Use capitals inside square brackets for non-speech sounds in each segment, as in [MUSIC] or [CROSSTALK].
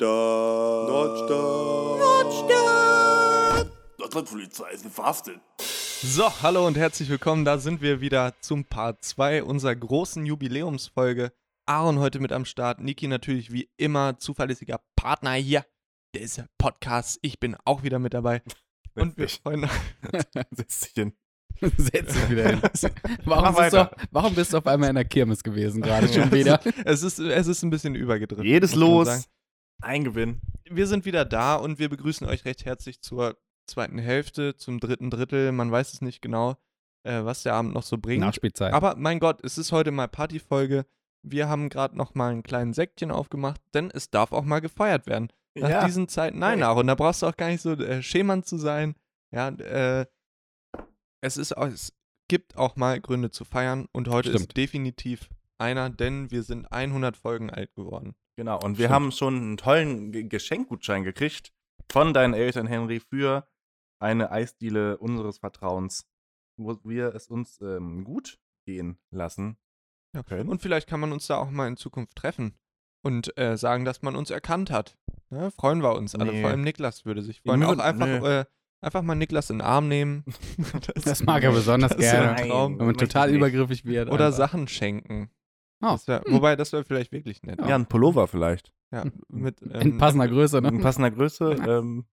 Nordstadt. Nordstadt. Nordstadt. Nordrhein-Polizei ist verhaftet. So, hallo und herzlich willkommen. Da sind wir wieder zum Part 2 unserer großen Jubiläumsfolge. Aaron heute mit am Start. Niki natürlich wie immer zuverlässiger Partner hier des Podcasts. Ich bin auch wieder mit dabei. Und wir Richtig. freuen Setz dich hin. [LAUGHS] Setz dich wieder [LAUGHS] hin. Warum Mach bist, du, weiter. auf- warum bist du auf einmal in der Kirmes [LAUGHS] gewesen gerade schon wieder? es ist, es ist ein bisschen übergedrückt. Jedes muss man Los. sagen. Ein Gewinn. wir sind wieder da und wir begrüßen euch recht herzlich zur zweiten Hälfte, zum dritten Drittel. Man weiß es nicht genau, äh, was der Abend noch so bringt. Nachspielzeit. Aber mein Gott, es ist heute mal Partyfolge. Wir haben gerade noch mal einen kleinen Säckchen aufgemacht, denn es darf auch mal gefeiert werden. Nach Ja. diesen Zeiten, nein, Hey. auch. Und da brauchst du auch gar nicht so äh, schämern zu sein. Ja, äh, es ist auch, es gibt auch mal Gründe zu feiern und heute ist Stimmt. definitiv einer, denn wir sind 100 Folgen alt geworden. Genau, und wir Stimmt. haben schon einen tollen Ge- Geschenkgutschein gekriegt von deinen Eltern, Henry, für eine Eisdiele unseres Vertrauens, wo wir es uns ähm, gut gehen lassen. Ja. können. Und vielleicht kann man uns da auch mal in Zukunft treffen und äh, sagen, dass man uns erkannt hat. Ne? Freuen wir uns alle. Nee. Vor allem Niklas würde sich freuen. würd- Auch einfach, nee. äh, einfach mal Niklas in den Arm nehmen. [LAUGHS] [LAUGHS] das mag er besonders das ist gerne. ein Traum. Wenn man möchte ich total nicht. übergriffig wird. Oder einfach. Sachen schenken. Oh, Das wär, Wobei, das wäre vielleicht wirklich nett. Ja, ein Pullover [LAUGHS] vielleicht. Ja, mit, In ähm, passender Größe, In ne? passender Größe, ähm,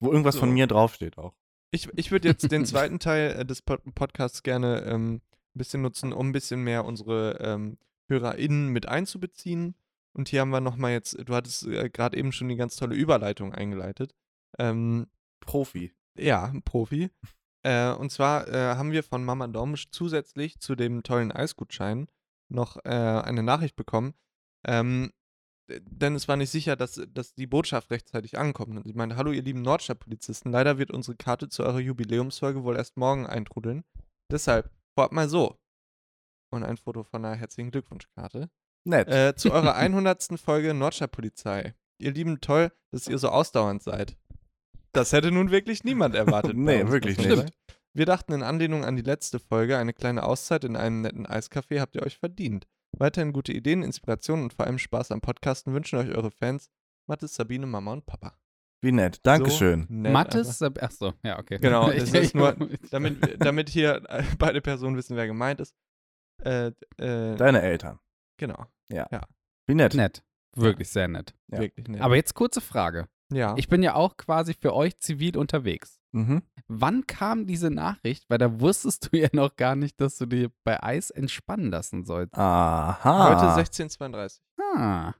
wo irgendwas So. von mir draufsteht auch. ich ich würde jetzt den zweiten Teil äh, des Pod Podcasts gerne ähm, ein bisschen nutzen, um ein bisschen mehr unsere ähm, HörerInnen mit einzubeziehen. Und hier haben wir nochmal jetzt, du hattest äh, gerade eben schon die ganz tolle Überleitung eingeleitet. Ähm, Profi. Ja, ein Profi. Äh, und zwar äh, haben wir von Mama Domsch zusätzlich zu dem tollen Eisgutschein noch äh, eine Nachricht bekommen. Ähm, d- denn es war nicht sicher, dass, dass die Botschaft rechtzeitig ankommt. Und sie meinte, hallo ihr lieben Nordstadt-Polizisten, leider wird unsere Karte zu eurer Jubiläumsfolge wohl erst morgen eintrudeln. Deshalb, vorab mal so. Und ein Foto von einer herzlichen Glückwunschkarte. Nett. Äh, zu [LAUGHS] eurer 100. Folge Nordstadt-Polizei. Ihr lieben, toll, dass ihr so ausdauernd seid. Das hätte nun wirklich niemand erwartet. bei Nee, uns, wirklich muss man nicht. sagen. Wir dachten in Anlehnung an die letzte Folge, eine kleine Auszeit in einem netten Eiscafé habt ihr euch verdient. Weiterhin gute Ideen, Inspirationen und vor allem Spaß am Podcasten wünschen euch eure Fans Mathis, Sabine, Mama und Papa. Wie nett. Dankeschön. So nett Mattes? Achso, ja, okay. [LAUGHS] Genau, Ich- es ist nur- ich- einfach. Damit, wir- damit hier äh, beide Personen wissen, wer gemeint ist. Äh, äh, Deine Eltern. genau, Wie nett. nett. Wirklich sehr nett. Ja. wirklich nett. Aber jetzt kurze Frage. ja. Ich bin ja auch quasi für euch zivil unterwegs. Mhm. Wann kam diese Nachricht? Weil da wusstest du ja [LAUGHS] noch gar nicht, dass du dir bei Eis entspannen lassen sollst. Aha. Heute 16.32. Ah.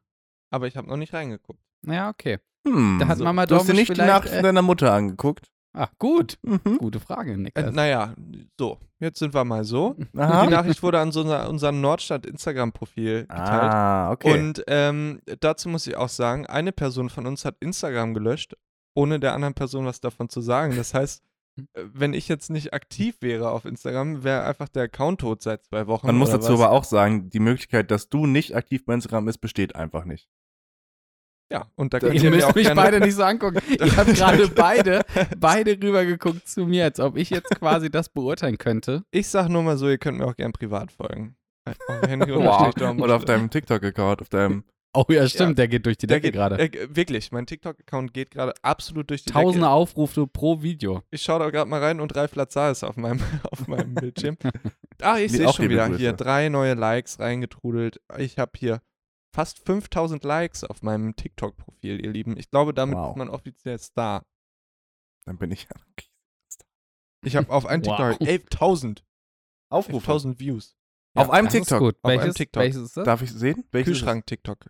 Aber ich habe noch nicht reingeguckt. Ja, okay. Hm. Da hat Mama du hast dir Dormisch nicht die vielleicht, Nachricht ne? äh, deiner Mutter angeguckt. Ah, gut. Mhm. Gute Frage, Also, Äh, Niklas. naja, so, jetzt sind wir mal so. Die Aha. Nachricht wurde an so unser, unserem Nordstadt-Instagram-Profil geteilt. Ah, okay. Und ähm, dazu muss ich auch sagen, eine Person von uns hat Instagram gelöscht, ohne der anderen Person was davon zu sagen. Das heißt, äh, wenn ich jetzt nicht aktiv wäre auf Instagram, wäre einfach der Account tot seit zwei Wochen. Man muss oder dazu was. aber auch sagen, die Möglichkeit, dass du nicht aktiv bei Instagram bist, besteht einfach nicht. Ja, und da könnt Ihr ihr mir auch müsst mich gerne- beide nicht [LAUGHS] so angucken. Ihr habt gerade beide, beide rübergeguckt zu mir, als ob ich jetzt quasi das beurteilen könnte. Ich sag nur mal so, ihr könnt mir auch gerne privat folgen. Äh, Auf Henry Wow. unterstrich Dorn- [LAUGHS] Oder auf deinem TikTok-Account, auf deinem. Oh ja, stimmt, der geht durch die Der Decke geht- gerade. Äh, wirklich, mein TikTok-Account geht gerade absolut durch die Decke. Tausende Aufrufe pro Video. Ich schaue da gerade mal rein und Ralf Lazar ist auf meinem, [LAUGHS] auf meinem Bildschirm. Ah, ich Wie sehe auch schon liebe wieder Grüße. hier drei neue Likes reingetrudelt. Ich habe hier fast 5000 Likes auf meinem TikTok-Profil, ihr Lieben. Ich glaube, damit Wow. ist man offiziell Star. Dann bin ich. Ich habe auf einem Wow. TikTok 11.000 Aufruf. 11.000 Views. Auf einem Das ist TikTok. Gut. Auf einem Welches, TikTok. welches ist das? Darf ich sehen? Welches Kühlschrank-TikTok.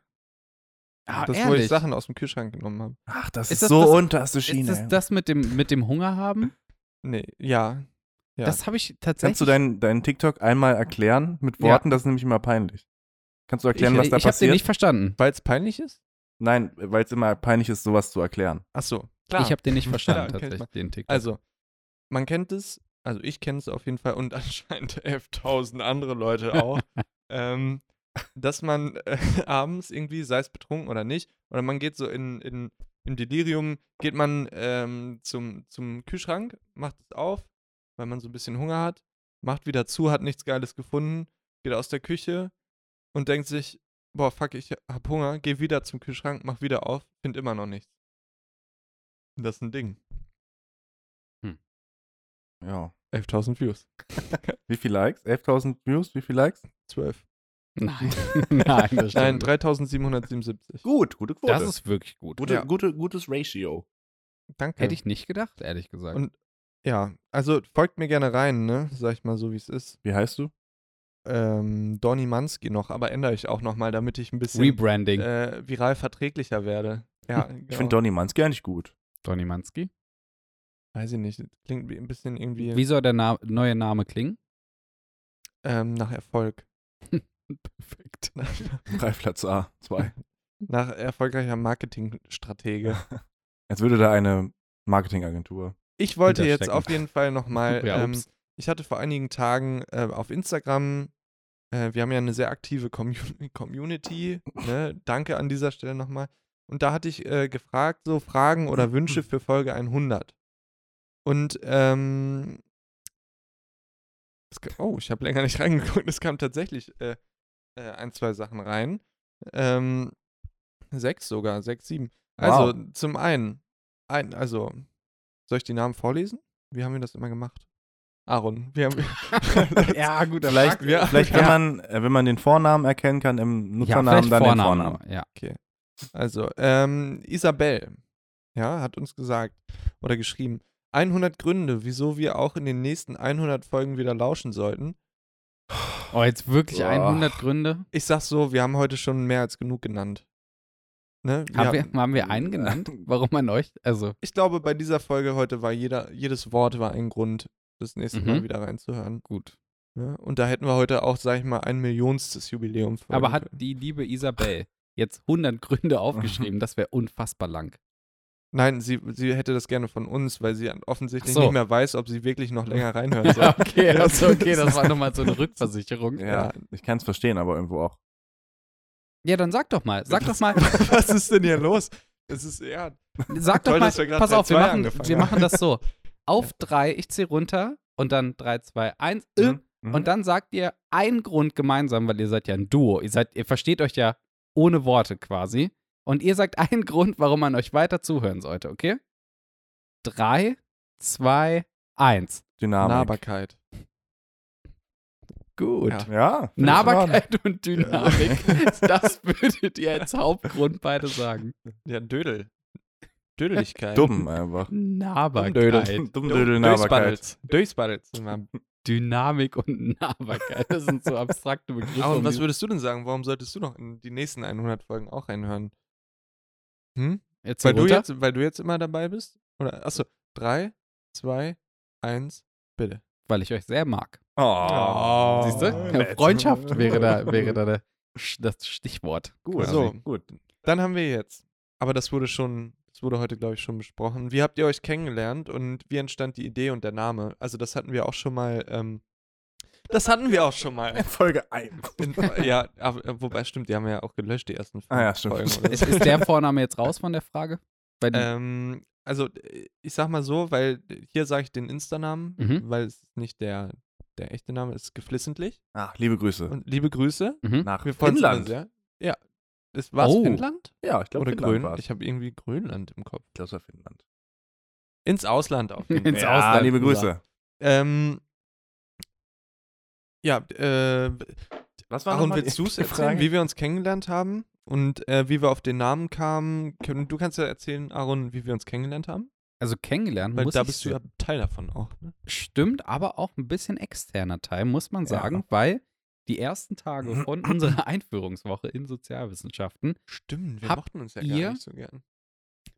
Ah, das, wo ehrlich? ich Sachen aus dem Kühlschrank genommen habe. ist es? Ach, das ist, Ist das so das- unterste ist Schiene. das das mit dem, mit dem Hunger haben? Nee, ja. Ja. Das habe ich tatsächlich. Kannst du deinen, deinen TikTok einmal erklären mit Ja. Worten? Das ist nämlich immer peinlich. Kannst du erklären, ich was da ich habe den passiert? nicht verstanden. Weil es peinlich ist? Nein, weil es immer peinlich ist, sowas zu erklären. Ach so, klar. Ich habe [LAUGHS] den nicht verstanden, Ja, kenn ich tatsächlich, den TikTok. Also, man kennt es, also ich kenne es auf jeden Fall und [LAUGHS] anscheinend 11.000 andere Leute auch, ähm, dass man äh, abends irgendwie, sei es betrunken oder nicht, oder man geht so in, in, im Delirium, geht man ähm, zum, zum Kühlschrank, macht es auf, weil man so ein bisschen Hunger hat, macht wieder zu, hat nichts Geiles gefunden, geht aus der Küche und denkt sich, boah, fuck, ich hab Hunger, geh wieder zum Kühlschrank, mach wieder auf, find immer noch nichts. Das ist ein Ding. Ja. 11.000 Views. Wie viele Likes? 11.000 Views? Wie viele Likes? 12. [LAUGHS] Nein, [LAUGHS] nein, das stimmt Nein, nicht. 3.777. Gut, gute Quote. Das ist wirklich gut. gute, ja. gute, gutes Ratio. Danke. Hätte ich nicht gedacht, ehrlich gesagt. Und- Ja, also folgt mir gerne rein, ne? Sag ich mal so, wie es ist. Wie heißt du? Ähm, Donny Mansky noch, aber ändere ich auch nochmal, damit ich ein bisschen Rebranding. äh, viral verträglicher werde. Ja, genau. Ich finde Donny Manski eigentlich [LAUGHS] gut. Donny Mansky. Weiß ich nicht. Klingt wie ein bisschen irgendwie Wie soll der Na neue Name klingen? ähm, nach Erfolg. [LAUGHS] Perfekt. Freiplatz A 2. Nach erfolgreicher [LAUGHS] Marketingstratege. Als würde da eine Marketingagentur. Ich wollte jetzt Hinterstecken. auf jeden Fall nochmal. [LAUGHS] Ja, ähm, ups. ich hatte vor einigen Tagen äh, auf Instagram, äh, wir haben ja eine sehr aktive Commu- [LAUGHS] Community. Ne? Danke an dieser Stelle nochmal. Und da hatte ich äh, gefragt, so Fragen oder Wünsche für Folge 100. Und ähm, es, ka- oh, ich habe länger nicht [LAUGHS] reingeguckt. Es kamen tatsächlich äh, äh, ein, zwei Sachen rein. Ähm, sechs sogar, sechs, sieben. Also zum einen, ein, also soll ich die Namen vorlesen? Wie haben wir das immer gemacht? Aaron, wir haben [LAUGHS] [LAUGHS] ja, gut, Vielleicht, ja. vielleicht wenn, Ja. man, äh, wenn man den Vornamen erkennen kann im ja, Nutzernamen, vielleicht dann den Vornamen. Vornamen. nur, Ja. Also, ähm, Isabel, ja, hat uns gesagt oder geschrieben, 100 Gründe, wieso wir auch in den nächsten 100 Folgen wieder lauschen sollten. Oh, jetzt wirklich Boah. 100 Gründe. Ich sag so, wir haben heute schon mehr als genug genannt. Ne? Wir Haben, haben- wir, haben wir einen genannt? Warum an euch? Also, Ich glaube, bei dieser Folge heute war jeder, jedes Wort war ein Grund, das nächste Mhm. Mal wieder reinzuhören. gut. Ne? Und da hätten wir heute auch, sag ich mal, ein Millionstes Jubiläum. feiern Aber hat können. die liebe Isabel jetzt 100 Gründe aufgeschrieben? Das wäre unfassbar lang. Nein, sie, sie hätte das gerne von uns, weil sie offensichtlich Ach so. nicht mehr weiß, ob sie wirklich noch länger reinhören soll. [LAUGHS] okay, also okay, das war nochmal so eine Rückversicherung. Ja, ich kann es verstehen, aber irgendwo auch. Ja, dann sag doch mal, sag doch mal, Was ist denn hier los? Es ist ja. sag doch Toll, mal, dass wir gerade pass bei auf, wir zwei machen, angefangen wir haben. machen das so. Auf drei, ich zähle runter und dann drei, zwei, eins. äh, Mhm. Mhm. Und dann sagt ihr einen Grund gemeinsam, weil ihr seid ja ein Duo. Ihr, seid, ihr versteht euch ja ohne Worte quasi. Und ihr sagt [LAUGHS] einen Grund, warum man euch weiter zuhören sollte, okay? Drei, zwei, eins. Dynamik. Nahbarkeit. Gut. Ja. Ja. find ich in Ordnung. Nahbarkeit [LAUGHS] und Dynamik. Das würdet ihr als Hauptgrund beide sagen. Ja, Dödel. Dödeligkeit. Dumm einfach. Nahbarkeit. [LAUGHS] Dummdödel, halt. Nahbarkeit. Durchsbaddels. Dynamik und Nahbarkeit. Das sind so abstrakte Begriffe. Aber um Ah, was die- würdest du denn sagen? Warum solltest du noch in die nächsten 100 Folgen auch reinhören? Hm? jetzt Weil, du runter? jetzt, weil du jetzt immer dabei bist? Oder, achso, drei, zwei, eins, bitte. Weil ich euch sehr mag. Oh. Siehst du? Freundschaft wäre da, wäre da der, Sch- das Stichwort. Gut. also So. Gut. Dann haben wir jetzt. Aber das wurde schon, das wurde heute, glaube ich, schon besprochen. Wie habt ihr euch kennengelernt und wie entstand die Idee und der Name? Also, das hatten wir auch schon mal. Ähm, das hatten wir auch schon mal. Folge 1. [LAUGHS] In, ja, aber, äh, wobei stimmt, die haben wir ja auch gelöscht, die ersten Ah ja, fünf stimmt. Folgen. Oder [LAUGHS] Ist, so. ist der Vorname jetzt raus von der Frage? Weil die, ähm, also, äh, ich sag mal so, weil äh, hier sage ich den Insta-Namen, Mhm. weil es ist nicht der, der echte Name ist, geflissentlich. Ach, liebe Grüße. Und liebe Grüße. mhm. Nach Wir freuen uns immer Äh. Finnland. sehr. Ja. Das war's Oh. Finnland? Ja, ich glaube, Oder Finnland Grönland? war's. Ich habe irgendwie Grönland im Kopf. Ich glaube, es war Finnland. Ins Ausland auf [LAUGHS] [LAUGHS] jeden Fall. Ins Ausland liebe gesagt. Grüße. Ähm, ja, äh, Was Aaron, nochmal willst die- du es die erzählen, Frage? wie wir uns kennengelernt haben und äh, wie wir auf den Namen kamen? Können- Du kannst ja erzählen, Aaron, wie wir uns kennengelernt haben, Also kennengelernt weil muss da ich bist du ja Teil davon auch. Ne? Stimmt, aber auch ein bisschen externer Teil, muss man Ja. sagen, weil die ersten Tage von unserer [LAUGHS] Einführungswoche in Sozialwissenschaften, Stimmt, wir Habt mochten uns ja ihr- gar nicht so gern.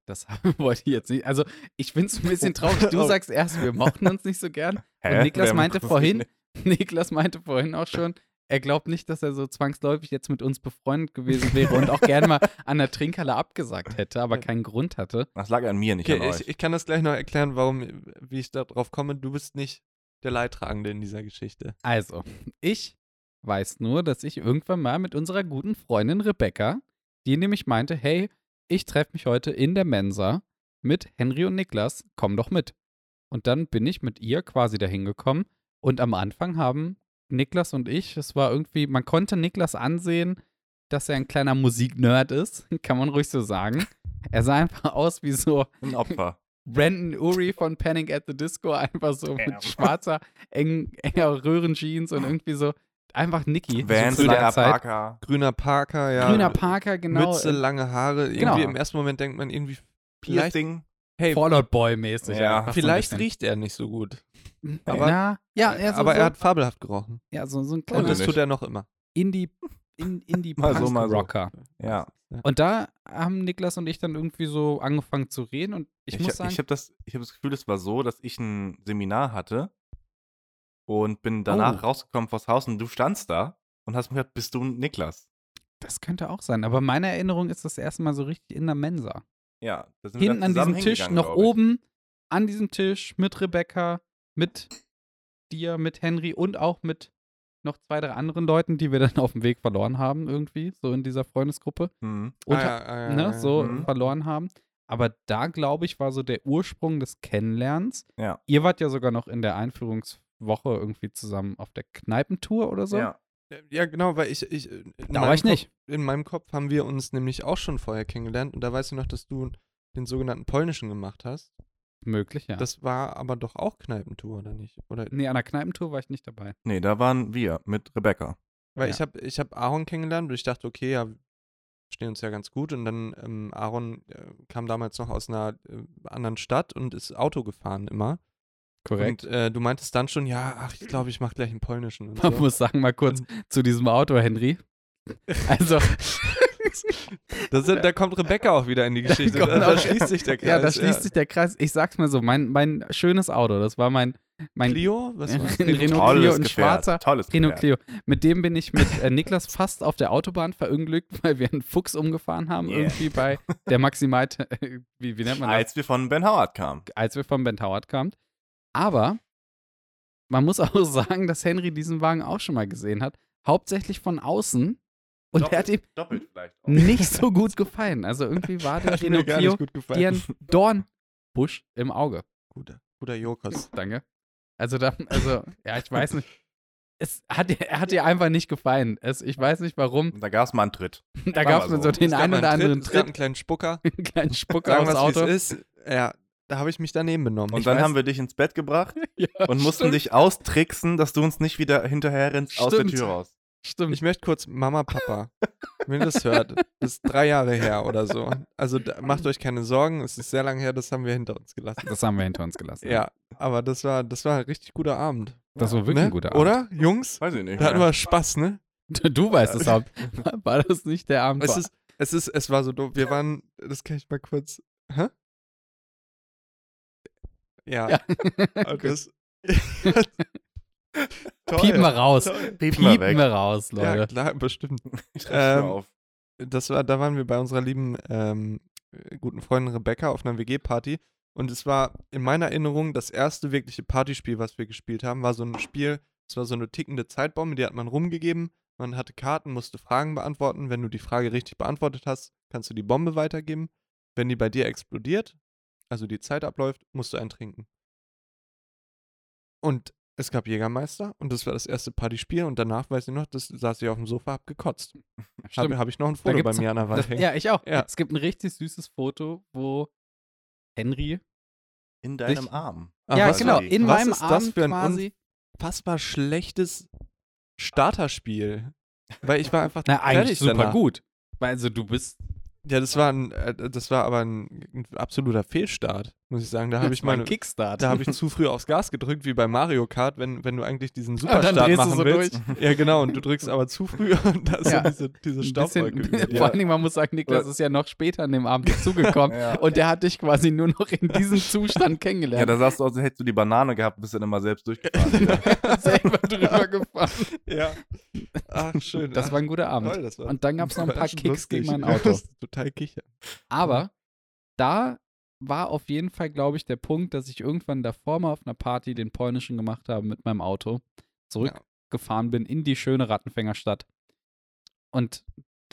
das [LAUGHS] wollte ich jetzt nicht, also ich finde es ein bisschen traurig, du [LAUGHS] Oh. sagst erst, wir mochten uns nicht so gern Hä? und Niklas Wer meinte macht- vorhin, [LAUGHS] Niklas meinte vorhin auch schon, er glaubt nicht, dass er so zwangsläufig jetzt mit uns befreundet gewesen wäre und auch gerne mal an der Trinkhalle abgesagt [LAUGHS] hätte, aber keinen Grund hatte. Das lag an mir, nicht Okay, an euch. ich, ich kann das gleich noch erklären, warum, äh, wie ich darauf komme. Du bist nicht der Leidtragende in dieser Geschichte. Also, ich weiß nur, dass ich irgendwann mal mit unserer guten Freundin Rebecca, die nämlich meinte, hey, ich treffe mich heute in der Mensa mit Henry und Niklas, komm doch mit. Und dann bin ich mit ihr quasi dahin gekommen und am Anfang haben Niklas und ich, es war irgendwie, man konnte Niklas ansehen, dass er ein kleiner Musiknerd ist, [LAUGHS] kann man ruhig so sagen. Er sah einfach aus wie so Ein [LAUGHS] Opfer. Brandon Uri von Panic at the Disco, einfach so mit schwarzer, eng, enger Röhrenjeans und irgendwie so einfach Nicky. Vance, so zu der Snyder, Zeit. Parker. Grüner Parker, ja. Grüner Parker, genau. Mütze, lange Haare. Irgendwie Genau. im ersten Moment denkt man irgendwie, vielleicht, Piercing. hey, Fallout Boy mäßig. Ja. einfach so ein vielleicht bisschen. riecht er nicht so gut. Aber, aber- ja, ja, er so, aber so, er hat fabelhaft gerochen. ja, so, so ein Und kleiner das nicht. tut er noch immer. Indie, in, Indie Mal so, Punk mal so. Rocker. Ja. Und da haben Niklas und ich dann irgendwie so angefangen zu reden und ich, Ich, muss ich, sagen, ich habe das, ich hab das Gefühl, es war so, dass ich ein Seminar hatte und bin danach Oh. rausgekommen vors Haus und du standst da und hast mir gesagt, bist du Niklas? das könnte auch sein. Aber meine Erinnerung ist das erste Mal so richtig in der Mensa. Ja. da sind wir Hinten dann an zusammen diesem Tisch, hingegangen, noch glaub ich. oben an diesem Tisch mit Rebecca, mit dir, mit Henry und auch mit noch zwei, drei anderen Leuten, die wir dann [LAUGHS] auf dem Weg verloren haben irgendwie, so in dieser Freundesgruppe. Mhm. Unter, Ah, ja, ah, ja, ne, ja, ja. so Mhm. verloren haben. Aber da, glaube ich, war so der Ursprung des Kennenlernens. Ja. Ihr wart ja sogar noch in der Einführungswoche irgendwie zusammen auf der Kneipentour oder so. Ja. Ja, genau, weil ich. ich in Da meinem war ich nicht. Kopf, in meinem Kopf haben wir uns nämlich auch schon vorher kennengelernt und da weißt du noch, dass du den sogenannten polnischen gemacht hast. Möglich, ja. Das war aber doch auch Kneipentour, oder nicht? Oder, nee, an der Kneipentour war ich nicht dabei. Nee, da waren wir mit Rebecca. weil Ja. ich habe ich hab Aaron kennengelernt und ich dachte, okay, ja, wir stehen uns ja ganz gut. Und dann ähm, Aaron äh, kam damals noch aus einer äh, anderen Stadt und ist Auto gefahren immer. Korrekt. Und äh, du meintest dann schon, ja, ach, ich glaube, ich mache gleich einen polnischen. Und [LAUGHS] Man so. muss sagen, mal kurz zu diesem Auto, [LAUGHS] Henry. [LAUGHS] Also, da, sind, da kommt Rebecca auch wieder in die Geschichte. [LAUGHS] kommt Da, da auch- schließt sich der Kreis. ja, da schließt sich der Kreis. Ich sag's mal so, mein, mein schönes Auto, das war mein, mein Clio? Was [LAUGHS] war's? Ein Renault Clio und schwarzer Tolles Renault Gefährt. Clio. Mit dem bin ich [LAUGHS] mit äh, Niklas fast auf der Autobahn verunglückt, weil wir einen Fuchs umgefahren haben, Yeah. irgendwie bei der Maximite, [LAUGHS] wie, wie nennt man das? Als wir von Ben Howard kamen. als wir von Ben Howard kamen. Aber man muss [LAUGHS] auch sagen, dass Henry diesen Wagen auch schon mal gesehen hat. Hauptsächlich von außen. Und er hat ihm doppelt vielleicht. auch. [LAUGHS] nicht so gut gefallen. Also irgendwie war der Hat mir Renault gar Clio nicht gut gefallen. dir ein Dornbusch im Auge. Guter, guter Jokers. Danke. Also, da, also ja, ich weiß nicht. Es hat, dir- er hat dir einfach nicht gefallen. Es, ich weiß nicht warum. Und Da gab es mal einen Tritt. Da War gab es mal so. so. den Es gab einen mal oder anderen es gab Tritt, einen kleinen [LAUGHS] Spucker. einen [LAUGHS] kleinen Spucker Sagen wir es, aufs Auto. wie es ist. Ja, da habe ich mich daneben benommen. Und Ich dann weiß- haben wir dich ins Bett gebracht Ja, und mussten stimmt, dich austricksen, dass du uns nicht wieder hinterher rennst aus der Stimmt. Tür raus. Stimmt. ich möchte kurz Mama, Papa, wenn ihr das [LAUGHS] hört, das ist drei Jahre her oder so. Also da, macht euch keine Sorgen, es ist sehr lange her, das haben wir hinter uns gelassen. das haben wir hinter uns gelassen. Ja, aber das war, das war ein richtig guter Abend. Das war wirklich ne? ein guter Abend. Oder, Jungs? Weiß ich nicht. Da hatten wir Spaß, ne? Du weißt es auch. [LAUGHS] War das nicht der Abend? Es ist, es ist, es war so doof. Wir waren, das kann ich mal kurz. Hä? Ja, ja. und [LAUGHS] Gut. das. Toll. Piepen wir raus. Toll. Piepen wir Piepen weg. wir raus, Ja, Leute. klar, bestimmt. Ich schreib's Ähm, mir auf. Das war, da waren wir bei unserer lieben ähm, äh, guten Freundin Rebecca auf einer WG-Party. Und es war in meiner Erinnerung das erste wirkliche Partyspiel, was wir gespielt haben, war so ein Spiel, es war so eine tickende Zeitbombe, die hat man rumgegeben. Man hatte Karten, musste Fragen beantworten. Wenn du die Frage richtig beantwortet hast, kannst du die Bombe weitergeben. Wenn die bei dir explodiert, also die Zeit abläuft, musst du einen trinken. Und es gab Jägermeister und das war das erste Partyspiel und danach, weiß ich noch, das saß ich auf dem Sofa, hab gekotzt. [LAUGHS] Stimmt. Habe hab ich noch ein Da Foto bei gibt's- mir an der Wand Das, hängen. [LAUGHS] ja, ich auch. Ja. Es gibt ein richtig süßes Foto, wo Henry. In deinem ich- Arm. Ah, ja, was- genau. für die- In was meinem ist das Arm für ein quasi. Unfassbar schlechtes Starterspiel. Weil ich war einfach Na, fertig eigentlich super danach. gut. Weil also du bist. Ja, das war, ein, äh, das war aber ein, ein absoluter Fehlstart, muss ich sagen. Da habe ich meine, Kickstart. [LAUGHS] da habe ich zu früh aufs Gas gedrückt, wie bei Mario Kart, wenn, wenn du eigentlich diesen dann Superstart drehst du machen so willst. Ja, genau. Und du drückst aber zu früh [LAUGHS] und da ist Ja. so diese, diese ein Staubwolke. [LAUGHS] bisschen, über dir. Vor allen Dingen, man muss sagen, Niklas Ja. ist ja noch später an dem [LAUGHS] Abend dazugekommen. Ja. Und der hat dich quasi nur noch in diesem Zustand Ja, kennengelernt. da sahst du aus, als hättest du die Banane gehabt, bist dann immer selbst [LAUGHS] durchgefahren. ja. Ja, selber drüber gefahren. ja. Ach, schön. Das Ach, war ein guter Abend. toll, das war Und dann gab es noch ein paar überraschend Kicks gegen mein lustig. [LAUGHS] Auto. Total kicher. Mhm. Aber da war auf jeden Fall, glaube ich, der Punkt, dass ich irgendwann davor mal auf einer Party den polnischen gemacht habe mit meinem Auto, zurückgefahren bin in die schöne Rattenfängerstadt. Und